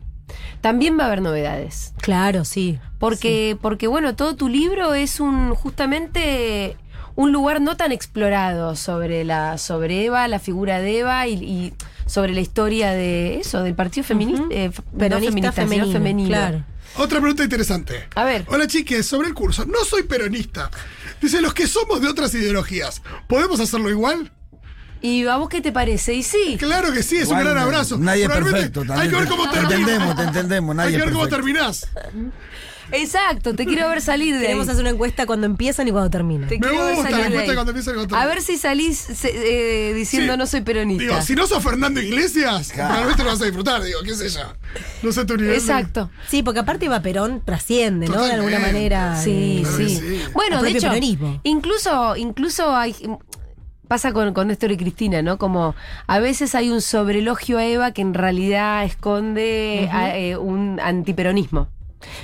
Speaker 1: también va a haber novedades.
Speaker 4: Claro, sí.
Speaker 1: Porque, porque bueno, todo tu libro es un justamente un lugar no tan explorado sobre la sobre Eva, la figura de Eva y, y sobre la historia de eso, del partido feminista,
Speaker 4: Ujú.
Speaker 1: eh, f- no
Speaker 4: Peronista
Speaker 1: feminista, sino
Speaker 4: femenino,
Speaker 1: femenino.
Speaker 4: claro.
Speaker 2: Otra pregunta interesante.
Speaker 1: A ver.
Speaker 2: Hola chiques, sobre el curso. No soy peronista. Dice, los que somos de otras ideologías, ¿podemos hacerlo igual?
Speaker 1: ¿Y a vos qué te parece? Y sí,
Speaker 2: Claro que sí, es
Speaker 3: Igual, eh,
Speaker 2: un gran abrazo.
Speaker 3: Nadie es
Speaker 2: Probablemente
Speaker 3: perfecto.
Speaker 2: Hay
Speaker 3: también
Speaker 2: que ver
Speaker 3: te-
Speaker 2: cómo
Speaker 3: Te entendemos, te
Speaker 2: terminás.
Speaker 3: entendemos. Nadie
Speaker 2: Hay que
Speaker 3: es
Speaker 2: ver cómo
Speaker 3: perfecto.
Speaker 2: terminás.
Speaker 1: exacto, te quiero ver salir de ahí.
Speaker 4: Queremos hacer una encuesta cuando empiezan y cuando terminan.
Speaker 1: Te
Speaker 2: Me
Speaker 1: quiero ver
Speaker 2: gusta la
Speaker 1: salir de
Speaker 2: encuesta
Speaker 1: ahí.
Speaker 2: cuando empieza el control.
Speaker 1: A ver si salís se- eh, diciendo
Speaker 2: Sí.
Speaker 1: no soy peronista.
Speaker 2: Digo, si no sos Fernando Iglesias,
Speaker 3: Claro.
Speaker 2: probablemente lo vas a disfrutar, digo, qué sé yo. No sé tu nivel. de-
Speaker 1: Exacto.
Speaker 4: Sí, porque aparte Eva Perón trasciende, ¿no? De alguna
Speaker 2: Totalmente.
Speaker 4: manera.
Speaker 1: Sí,
Speaker 4: eh,
Speaker 2: Claro que
Speaker 1: sí.
Speaker 2: sí.
Speaker 1: Ah, Bueno,
Speaker 4: El
Speaker 1: de
Speaker 4: propio
Speaker 1: hecho,
Speaker 4: peronismo.
Speaker 1: incluso, incluso hay, pasa con, con Néstor y Cristina, ¿no? Como a veces hay un sobrelogio a Eva que en realidad esconde a, eh, un antiperonismo.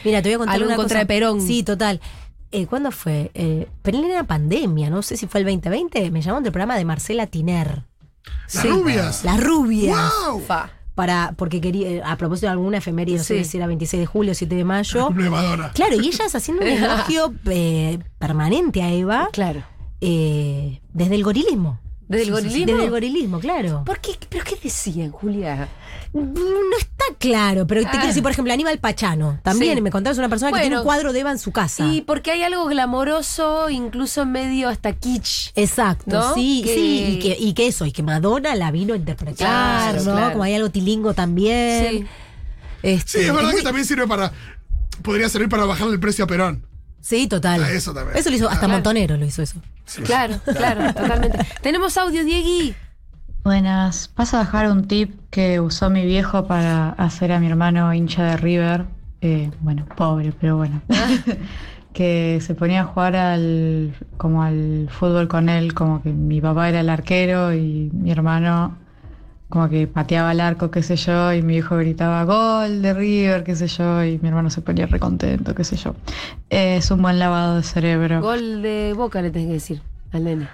Speaker 4: Mira, te voy a contar
Speaker 1: Algo en
Speaker 4: una
Speaker 1: contra de
Speaker 4: cosa.
Speaker 1: Perón.
Speaker 4: Sí, total. Eh, ¿Cuándo fue? Eh, pero era pandemia, no sé si fue el 2020. Me llamaron del programa de Marcela Tiner.
Speaker 2: Las rubias.
Speaker 4: Las rubias.
Speaker 2: ¡Wow!
Speaker 1: Fa.
Speaker 4: Para, porque quería, eh, a propósito de alguna efeméride, no sé
Speaker 1: Sí. Ah,
Speaker 4: si era 26 de julio, 7 de mayo.
Speaker 2: Cumple de Madonna.
Speaker 4: Claro, y ellas haciendo un elogio eh, permanente a Eva
Speaker 1: Claro.
Speaker 4: eh, desde el gorilismo.
Speaker 1: ¿Desde el gorilismo?
Speaker 4: Desde el gorilismo, claro. Mm,
Speaker 1: ¿Por qué? ¿Pero qué decían, Julia?
Speaker 4: No está claro, pero te
Speaker 1: Ah.
Speaker 4: quiero decir, por ejemplo, Aníbal Pachano. También
Speaker 1: Sí.
Speaker 4: me contabas una persona
Speaker 1: Bueno.
Speaker 4: que tiene un cuadro de Eva en su casa.
Speaker 1: Y porque hay algo glamoroso, incluso medio hasta kitsch.
Speaker 4: Exacto,
Speaker 1: ¿No?
Speaker 4: sí,
Speaker 1: Que-
Speaker 4: sí, y que, y que eso, y que Madonna la vino a interpretar,
Speaker 1: Claro,
Speaker 4: ¿no?
Speaker 1: claro.
Speaker 4: Como hay algo tilingo también.
Speaker 1: Sí.
Speaker 4: Este,
Speaker 2: Sí, es verdad
Speaker 4: muy-
Speaker 2: que también sirve para. Podría servir para bajarle el precio a Perón.
Speaker 4: Sí, total.
Speaker 2: Ah, eso también.
Speaker 4: Eso lo hizo, hasta
Speaker 1: Claro.
Speaker 4: Montonero lo hizo eso.
Speaker 1: Claro, claro, totalmente. Tenemos audio, Diegui.
Speaker 6: Buenas, vas a dejar un tip que usó mi viejo para hacer a mi hermano hincha de River, eh, bueno, pobre, pero bueno, que se ponía a jugar al, como al fútbol con él, como que mi papá era el arquero y mi hermano como que pateaba al arco, qué sé yo, y mi viejo gritaba gol de River, qué sé yo, y mi hermano se ponía recontento, qué sé yo. Eh, es un buen lavado de cerebro.
Speaker 1: Gol de boca le tenés que decir al nene.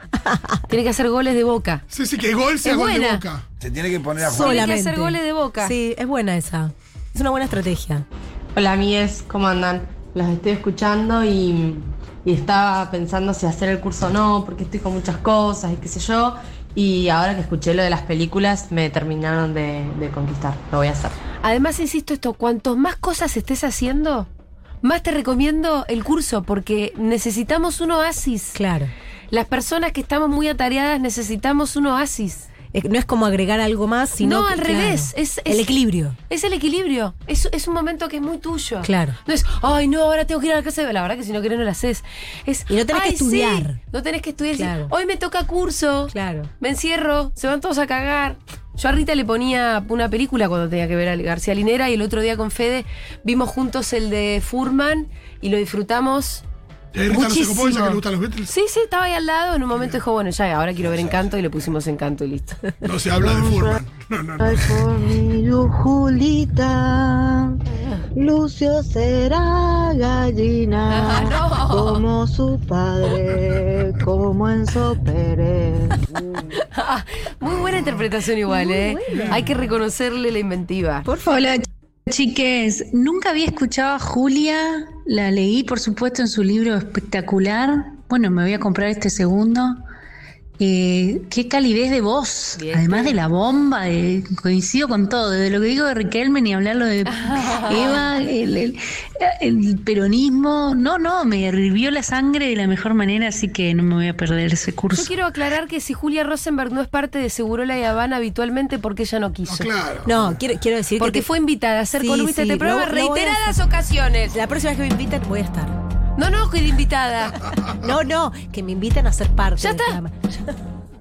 Speaker 1: Tiene que hacer goles de boca.
Speaker 2: Sí, sí, que gol sea
Speaker 1: Es
Speaker 2: gol de
Speaker 1: buena.
Speaker 2: boca.
Speaker 3: Se tiene que poner a jugar.
Speaker 1: Tiene que
Speaker 4: Solamente.
Speaker 1: hacer goles de Boca.
Speaker 4: Sí, es buena esa. Es una buena estrategia.
Speaker 7: Hola Mies, ¿cómo andan? Las estoy escuchando y, y estaba pensando si hacer el curso o no, porque estoy con muchas cosas y qué sé yo. Y ahora que escuché lo de las películas, me terminaron de, de conquistar. Lo voy a hacer.
Speaker 1: Además, insisto esto, cuantos más cosas estés haciendo, más te recomiendo el curso, porque necesitamos un oasis.
Speaker 4: Claro.
Speaker 1: Las personas que estamos muy atareadas necesitamos un oasis.
Speaker 4: Eh, No es como agregar algo más, sino.
Speaker 1: No,
Speaker 4: que,
Speaker 1: al
Speaker 4: claro,
Speaker 1: revés, es- es-
Speaker 4: el equilibrio.
Speaker 1: Es el equilibrio, es, es un momento que es muy tuyo.
Speaker 4: Claro.
Speaker 1: No es, ay, no, ahora tengo que ir a la casa de... La verdad que si no querés no la haces. Es,
Speaker 4: Y no tenés que
Speaker 1: "Ay, sí,
Speaker 4: estudiar".
Speaker 1: no tenés que estudiar.
Speaker 4: Claro.
Speaker 1: Hoy me toca curso.
Speaker 4: Claro.
Speaker 1: Me encierro, se van todos a cagar. Yo a Rita le ponía una película cuando tenía que ver a García Linera y el otro día con Fede vimos juntos el de Furman y lo disfrutamos.
Speaker 2: Y ahí Rita no se copó, ya que
Speaker 1: Muchísimo.
Speaker 2: le gustan los Beatles.
Speaker 1: Sí, sí, estaba ahí al lado. En un momento dijo, bueno, ya, ahora quiero ver Encanto y le pusimos Encanto y listo.
Speaker 2: No se habla de Furman. No, no, no.
Speaker 8: Julita, Lucio será gallina,
Speaker 1: Ah, no.
Speaker 8: como su padre, como Enzo Pérez.
Speaker 1: Muy buena interpretación igual, ¿eh? Hay que reconocerle la inventiva.
Speaker 9: Hola, ch- chiques. Nunca había escuchado a Julia. La leí, por supuesto, en su libro espectacular. Bueno, me voy a comprar este segundo. Eh, qué calidez de voz,
Speaker 1: Bien.
Speaker 9: además de la bomba, de- coincido con todo, desde lo que digo de Riquelme ni hablarlo de Eva, el, el- el peronismo, no, no, me hirvió la sangre de la mejor manera, así que no me voy a perder ese
Speaker 1: Yo
Speaker 9: curso.
Speaker 1: quiero aclarar que si Julia Rosenberg no es parte de Segurola y Habana habitualmente porque ella no
Speaker 2: No,
Speaker 1: quiso.
Speaker 2: claro.
Speaker 4: No, quiero, quiero decir que.
Speaker 1: Porque
Speaker 4: te-
Speaker 1: fue invitada a ser
Speaker 4: Sí,
Speaker 1: columnista de
Speaker 4: sí,
Speaker 1: este programa
Speaker 4: lo- lo voy a
Speaker 1: reiteradas ocasiones.
Speaker 4: La próxima vez que me invitan voy a estar.
Speaker 1: No, no, que de invitada.
Speaker 4: No, no, que me invitan a ser parte.
Speaker 1: Ya
Speaker 4: del
Speaker 1: está.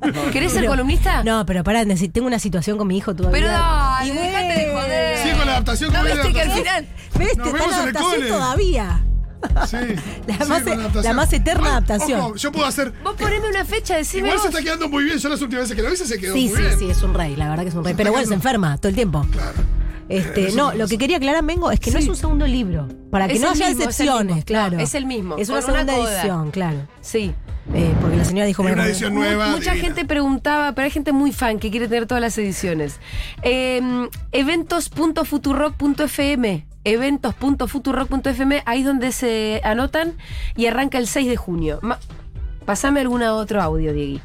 Speaker 4: programa.
Speaker 1: ¿Querés ser
Speaker 4: Pero-
Speaker 1: columnista?
Speaker 4: No, pero pará, neces- tengo una situación con mi hijo todavía.
Speaker 1: Pero dale,
Speaker 4: Y bueno.
Speaker 1: dejate de joder.
Speaker 2: Sí, con la adaptación,
Speaker 1: No
Speaker 2: con la
Speaker 1: viste que al final.
Speaker 2: adaptación. Nos
Speaker 4: ¿Ves? Te está
Speaker 2: vemos en
Speaker 4: en
Speaker 2: el
Speaker 4: adaptación
Speaker 2: cole.
Speaker 4: todavía.
Speaker 2: Sí.
Speaker 4: La
Speaker 2: Sí,
Speaker 4: más-
Speaker 1: e-
Speaker 2: con
Speaker 4: la más eterna
Speaker 2: Ay,
Speaker 4: adaptación.
Speaker 2: Ojo, yo puedo hacer.
Speaker 1: Vos poneme una fecha, decime.
Speaker 2: Igual se
Speaker 1: vos.
Speaker 2: está quedando muy bien. Yo las últimas veces que la hice se quedó
Speaker 4: Sí,
Speaker 2: muy
Speaker 4: sí,
Speaker 2: bien.
Speaker 4: sí, es un rey, la verdad que es un rey. Pero bueno, se enferma todo el tiempo.
Speaker 2: Claro.
Speaker 4: Este, no, lo que quería aclarar, Mengo, es que no es un segundo libro. Para que
Speaker 1: Es el
Speaker 4: no haya
Speaker 1: mismo, es el mismo.
Speaker 4: excepciones, claro.
Speaker 1: No, es el mismo,
Speaker 4: Es una
Speaker 1: con una
Speaker 4: segunda
Speaker 1: coda.
Speaker 4: edición, claro.
Speaker 1: Sí.
Speaker 4: Eh, porque la señora dijo...
Speaker 2: Era
Speaker 4: bueno,
Speaker 2: una edición nueva.
Speaker 1: Mucha
Speaker 2: divina.
Speaker 1: gente preguntaba, pero hay gente muy fan que quiere tener todas las ediciones. Eh, eventos.futurock.fm eventos.futurock.fm ahí es donde se anotan y arranca el 6 de junio. Ma- Pasame algún otro audio, Diegui.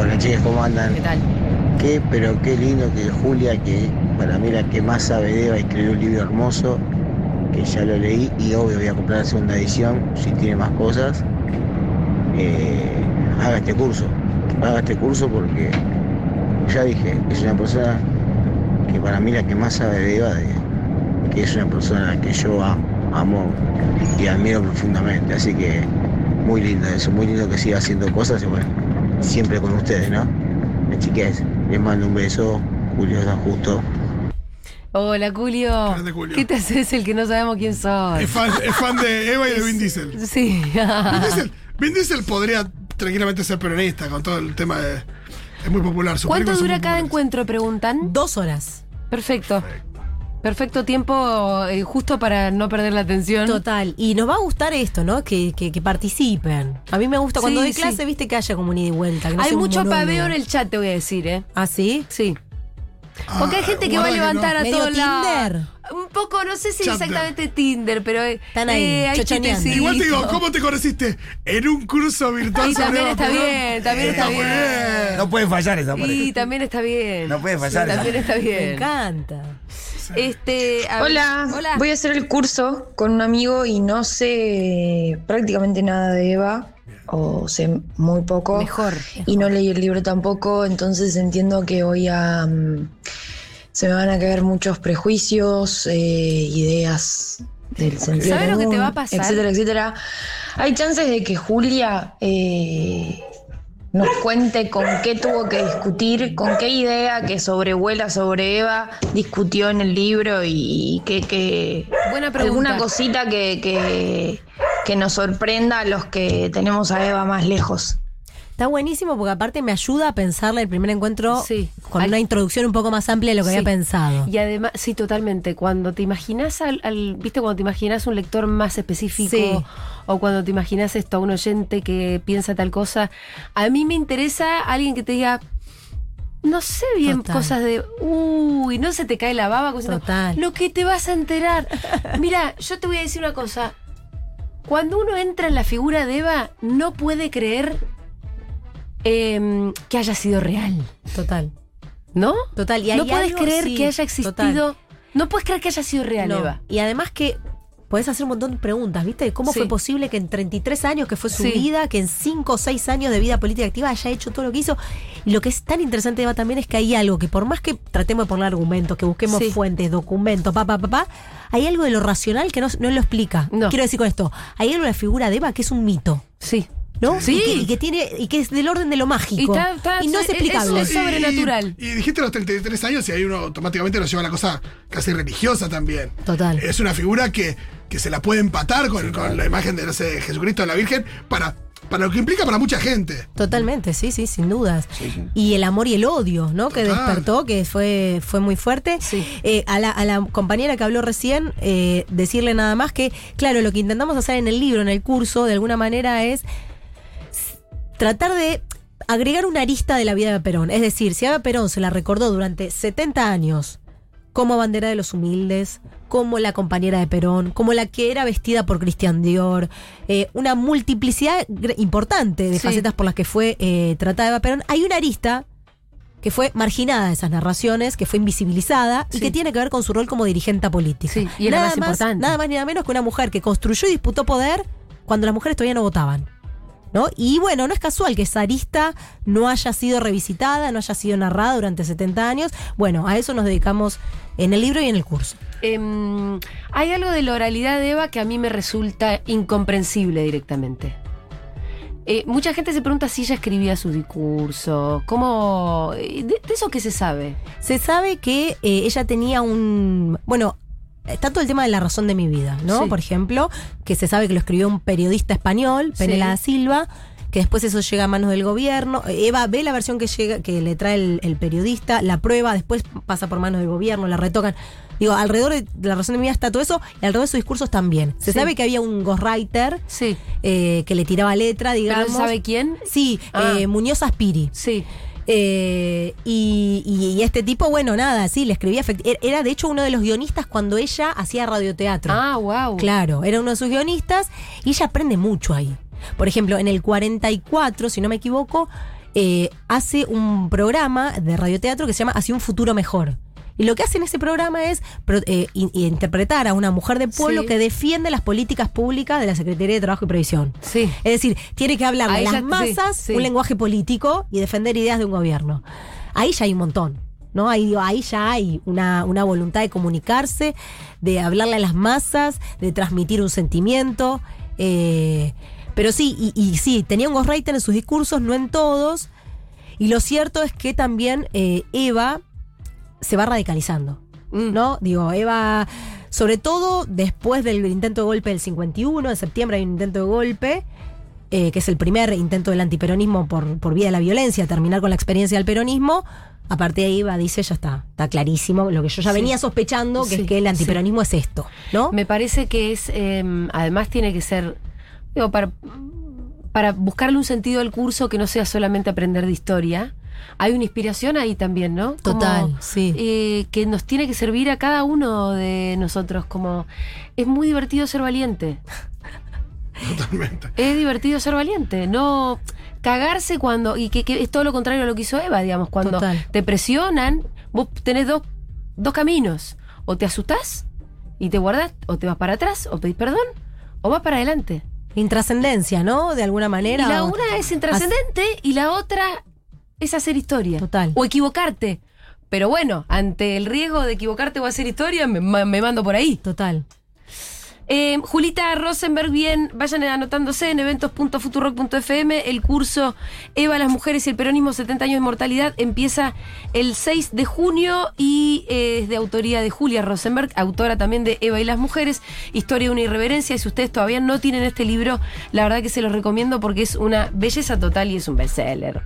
Speaker 10: Hola chicos, ¿cómo andan?
Speaker 1: ¿Qué tal?
Speaker 10: Qué, pero qué lindo que Julia, que para mí la que más sabe de Eva, escribió un libro hermoso, que ya lo leí y obvio voy a comprar la segunda edición, si tiene más cosas. Eh, haga este curso, haga este curso porque ya dije, es una persona que para mí la que más sabe de Eva, de- que es una persona a la que yo a- amo y admiro profundamente, así que muy lindo eso, muy lindo que siga haciendo cosas y bueno, siempre con ustedes, ¿no? Eh, Chiques, les mando un beso, Julio San Justo.
Speaker 1: Hola, Julio.
Speaker 2: Grande, Julio.
Speaker 1: ¿Qué te haces el que no sabemos quién
Speaker 2: Es
Speaker 1: sos?
Speaker 2: fan, es fan de Eva y de Vin Diesel. Vin
Speaker 1: Sí.
Speaker 2: Diesel. Vin Diesel podría tranquilamente ser peronista con todo el tema de. Es muy popular. sus
Speaker 1: ¿Cuánto
Speaker 2: películas son
Speaker 1: dura
Speaker 2: muy
Speaker 1: cada
Speaker 2: populares.
Speaker 1: encuentro? Preguntan.
Speaker 4: Dos horas.
Speaker 1: Perfecto. Perfecto tiempo, eh, justo para no perder la atención.
Speaker 4: Total. Y nos va a gustar esto, ¿no? Que, que- que participen. A mí me gusta cuando
Speaker 1: Sí,
Speaker 4: doy clase,
Speaker 1: sí.
Speaker 4: viste, que haya como un ida y vuelta. que no
Speaker 1: Hay
Speaker 4: sea un
Speaker 1: mucho
Speaker 4: monólogo.
Speaker 1: paveo en el chat, te voy a decir, ¿eh?
Speaker 4: ¿Ah, sí?
Speaker 1: Sí. Porque hay
Speaker 2: Ah,
Speaker 1: gente que va a
Speaker 2: guarda no.
Speaker 1: levantar a
Speaker 4: ¿Medio
Speaker 1: todos lados.
Speaker 4: Tinder?
Speaker 1: Un poco, no sé si
Speaker 2: Chandler.
Speaker 1: exactamente Tinder, pero. eh,
Speaker 4: Están ahí,
Speaker 1: eh, hay
Speaker 4: chochoneando.
Speaker 1: chistecitos.
Speaker 2: Igual te digo, ¿cómo te conociste? En un curso virtual.
Speaker 1: Y
Speaker 2: sobre
Speaker 1: también
Speaker 2: Eva
Speaker 1: está
Speaker 2: Perón.
Speaker 1: bien, también está
Speaker 2: muy
Speaker 1: bien.
Speaker 3: No puede fallar esa pareja.
Speaker 1: Y también está bien.
Speaker 3: No puede fallar.
Speaker 1: Sí, también está
Speaker 4: Me
Speaker 1: bien.
Speaker 4: encanta.
Speaker 1: Este, a ver-
Speaker 11: Hola,
Speaker 1: hola.
Speaker 11: voy a hacer el curso con un amigo y no sé prácticamente nada de Eva, o sé muy poco,
Speaker 1: Mejor.
Speaker 11: y no leí el libro tampoco, entonces entiendo que voy a... mm, se me van a caer muchos prejuicios, eh, ideas del sentido
Speaker 1: ¿Sabes lo que te
Speaker 11: común,
Speaker 1: va a pasar?
Speaker 11: etcétera, etcétera. Hay chances de que Julia... eh, nos cuente con qué tuvo que discutir, con qué idea que sobrevuela sobre Eva discutió en el libro y que, que
Speaker 1: Buena pregunta.
Speaker 11: alguna cosita que, que, que nos sorprenda a los que tenemos a Eva más lejos.
Speaker 4: Está buenísimo porque aparte me ayuda a pensarle el primer encuentro
Speaker 1: Sí.
Speaker 4: con
Speaker 1: Al-
Speaker 4: una introducción un poco más amplia de lo que
Speaker 1: Sí.
Speaker 4: había pensado.
Speaker 1: Y además, sí, totalmente. Cuando te imaginas al, al- viste, cuando te imaginas un lector más específico
Speaker 4: Sí.
Speaker 1: o cuando te imaginas esto a un oyente que piensa tal cosa, a mí me interesa alguien que te diga, no sé bien
Speaker 4: Total.
Speaker 1: cosas de, uy, no se te cae la baba, cosas
Speaker 4: Total.
Speaker 1: Lo que te vas a enterar. Mira, yo te voy a decir una cosa. Cuando uno entra en la figura de Eva, no puede creer em, que haya sido real,
Speaker 4: Total.
Speaker 1: ¿no?
Speaker 4: Total. Y hay
Speaker 1: no puedes
Speaker 4: algo-
Speaker 1: creer
Speaker 4: sí,
Speaker 1: que haya
Speaker 4: total.
Speaker 1: existido. No puedes creer que haya sido real,
Speaker 4: No,
Speaker 1: Eva.
Speaker 4: Y además que podés hacer un montón de preguntas, ¿viste? ¿Cómo
Speaker 1: Sí.
Speaker 4: fue posible que en 33 años, que fue su
Speaker 1: Sí.
Speaker 4: vida, que en 5 o 6 años de vida política activa haya hecho todo lo que hizo? Y lo que es tan interesante, Eva, también es que hay algo que por más que tratemos de poner argumentos, que busquemos
Speaker 1: Sí.
Speaker 4: fuentes, documentos, papá, papá, hay algo de lo racional que no, no lo explica.
Speaker 1: No.
Speaker 4: Quiero decir con esto, hay algo de la figura de Eva que es un mito.
Speaker 1: Sí.
Speaker 4: ¿No?
Speaker 1: Sí.
Speaker 4: Y que, y que tiene, y que es del orden de lo mágico.
Speaker 1: Y está- está-
Speaker 4: Y no
Speaker 1: es-
Speaker 4: es
Speaker 1: es-
Speaker 4: explicable.
Speaker 1: es- sobrenatural.
Speaker 2: Y, y dijiste los 33 años y ahí uno automáticamente lo lleva a la cosa casi religiosa también.
Speaker 4: Total.
Speaker 2: Es una figura que, que se la puede empatar con, con la imagen de no sé, Jesucristo de la Virgen para, para lo que implica para mucha gente.
Speaker 4: Totalmente, sí, sí, sin dudas. Y el amor y el odio, ¿no? Que
Speaker 2: Total.
Speaker 4: despertó, que fue, fue muy fuerte.
Speaker 1: Sí.
Speaker 4: Eh, a, la, a la compañera que habló recién, eh, decirle nada más que, claro, lo que intentamos hacer en el libro, en el curso, de alguna manera es s- tratar de agregar una arista de la vida de Eva Perón. Es decir, si a Eva Perón se la recordó durante 70 años como bandera de los humildes, como la compañera de Perón, como la que era vestida por Cristian Dior, eh, una multiplicidad gr- importante de
Speaker 1: Sí.
Speaker 4: facetas por las que fue eh, tratada Eva Perón. Hay una arista que fue marginada de esas narraciones, que fue invisibilizada
Speaker 1: Sí.
Speaker 4: y que tiene que ver con su rol como dirigente política.
Speaker 1: Sí, y era más importante.
Speaker 4: Nada más ni nada menos que una mujer que construyó y disputó poder cuando las mujeres todavía no votaban. ¿No? Y bueno, no es casual que esa arista no haya sido revisitada, no haya sido narrada durante 70 años. Bueno, a eso nos dedicamos en el libro y en el curso.
Speaker 1: Em, hay algo de la oralidad de Eva que a mí me resulta incomprensible directamente. Eh, mucha gente se pregunta si ella escribía su discurso, cómo... eh, De, de eso que se sabe.
Speaker 4: Se sabe que eh, ella tenía un. Bueno, está todo el tema de la razón de mi vida, ¿no?
Speaker 1: Sí.
Speaker 4: Por ejemplo, que se sabe que lo escribió un periodista español, Penela da Silva, que después eso llega a manos del gobierno. Eva ve la versión que llega, que le trae el, el periodista, la prueba, después pasa por manos del gobierno, la retocan. Digo, alrededor de la razón de mi vida está todo eso, y alrededor de sus discursos también. Se
Speaker 1: Sí.
Speaker 4: sabe que había un ghostwriter
Speaker 1: Sí.
Speaker 4: eh, que le tiraba letra, digamos.
Speaker 1: sabe quién?
Speaker 4: Sí,
Speaker 1: Ah.
Speaker 4: eh, Muñoz Aspiri.
Speaker 1: Sí.
Speaker 4: Eh, y, y- y este tipo, bueno, nada, sí, le escribía. efect- er- Era de hecho uno de los guionistas cuando ella hacía radioteatro.
Speaker 1: Ah, wow.
Speaker 4: Claro, era uno de sus guionistas y ella aprende mucho ahí. Por ejemplo, en el 44, si no me equivoco, eh, hace un programa de radioteatro que se llama Hacia un futuro mejor. Y lo que hace en ese programa es pro- eh, in- interpretar a una mujer de pueblo
Speaker 1: Sí.
Speaker 4: que defiende las políticas públicas de la Secretaría de Trabajo y Previsión.
Speaker 1: Sí.
Speaker 4: Es decir, tiene que hablar a
Speaker 1: Ahí ya-
Speaker 4: las
Speaker 1: sí,
Speaker 4: masas
Speaker 1: sí.
Speaker 4: un lenguaje político y defender ideas de un gobierno. Ahí ya hay un montón, ¿no? Ahí, digo, ahí ya hay una, una voluntad de comunicarse, de hablarle a las masas, de transmitir un sentimiento. eh, pero sí, y, y sí, tenía un ghostwriter en sus discursos, no en todos. Y lo cierto es que también eh, Eva se va radicalizando.
Speaker 1: Mm.
Speaker 4: ¿no? Digo, Eva, sobre todo después del intento de golpe del 51, en septiembre hay un intento de golpe, eh, que es el primer intento del antiperonismo por, por vía de la violencia, terminar con la experiencia del peronismo. A partir de ahí Eva dice, ya está, está clarísimo, lo que yo ya
Speaker 1: Sí.
Speaker 4: venía sospechando, que
Speaker 1: Sí,
Speaker 4: es que el
Speaker 1: sí.
Speaker 4: antiperonismo es esto, ¿no?
Speaker 1: Me parece que es, eh, además tiene que ser, digo, para, para buscarle un sentido al curso que no sea solamente aprender de historia, hay una inspiración ahí también, ¿no? Como,
Speaker 4: Total, sí.
Speaker 1: eh, que nos tiene que servir a cada uno de nosotros, como es muy divertido ser valiente.
Speaker 2: Totalmente.
Speaker 1: Es divertido ser valiente, no cagarse cuando. Y que, que es todo lo contrario a lo que hizo Eva, digamos. Cuando
Speaker 4: Total.
Speaker 1: te presionan, vos tenés dos, dos caminos. O te asustás y te guardás, o te vas para atrás, o pedís perdón, o vas para adelante.
Speaker 4: Intrascendencia, ¿no? De alguna manera.
Speaker 1: y la
Speaker 4: o-
Speaker 1: una es intrascendente y la otra es hacer historia.
Speaker 4: Total.
Speaker 1: O equivocarte. Pero bueno, ante el riesgo de equivocarte o hacer historia, me, ma- me mando por ahí.
Speaker 4: Total.
Speaker 1: Eh, Julita Rosenberg, bien, vayan anotándose en eventos.futurock.fm. El curso Eva, las mujeres y el peronismo, 70 años de mortalidad, empieza el 6 de junio y eh, es de autoría de Julia Rosenberg, autora también de Eva y las mujeres, Historia de una irreverencia. Y si ustedes todavía no tienen este libro, la verdad que se los recomiendo porque es una belleza total y es un bestseller.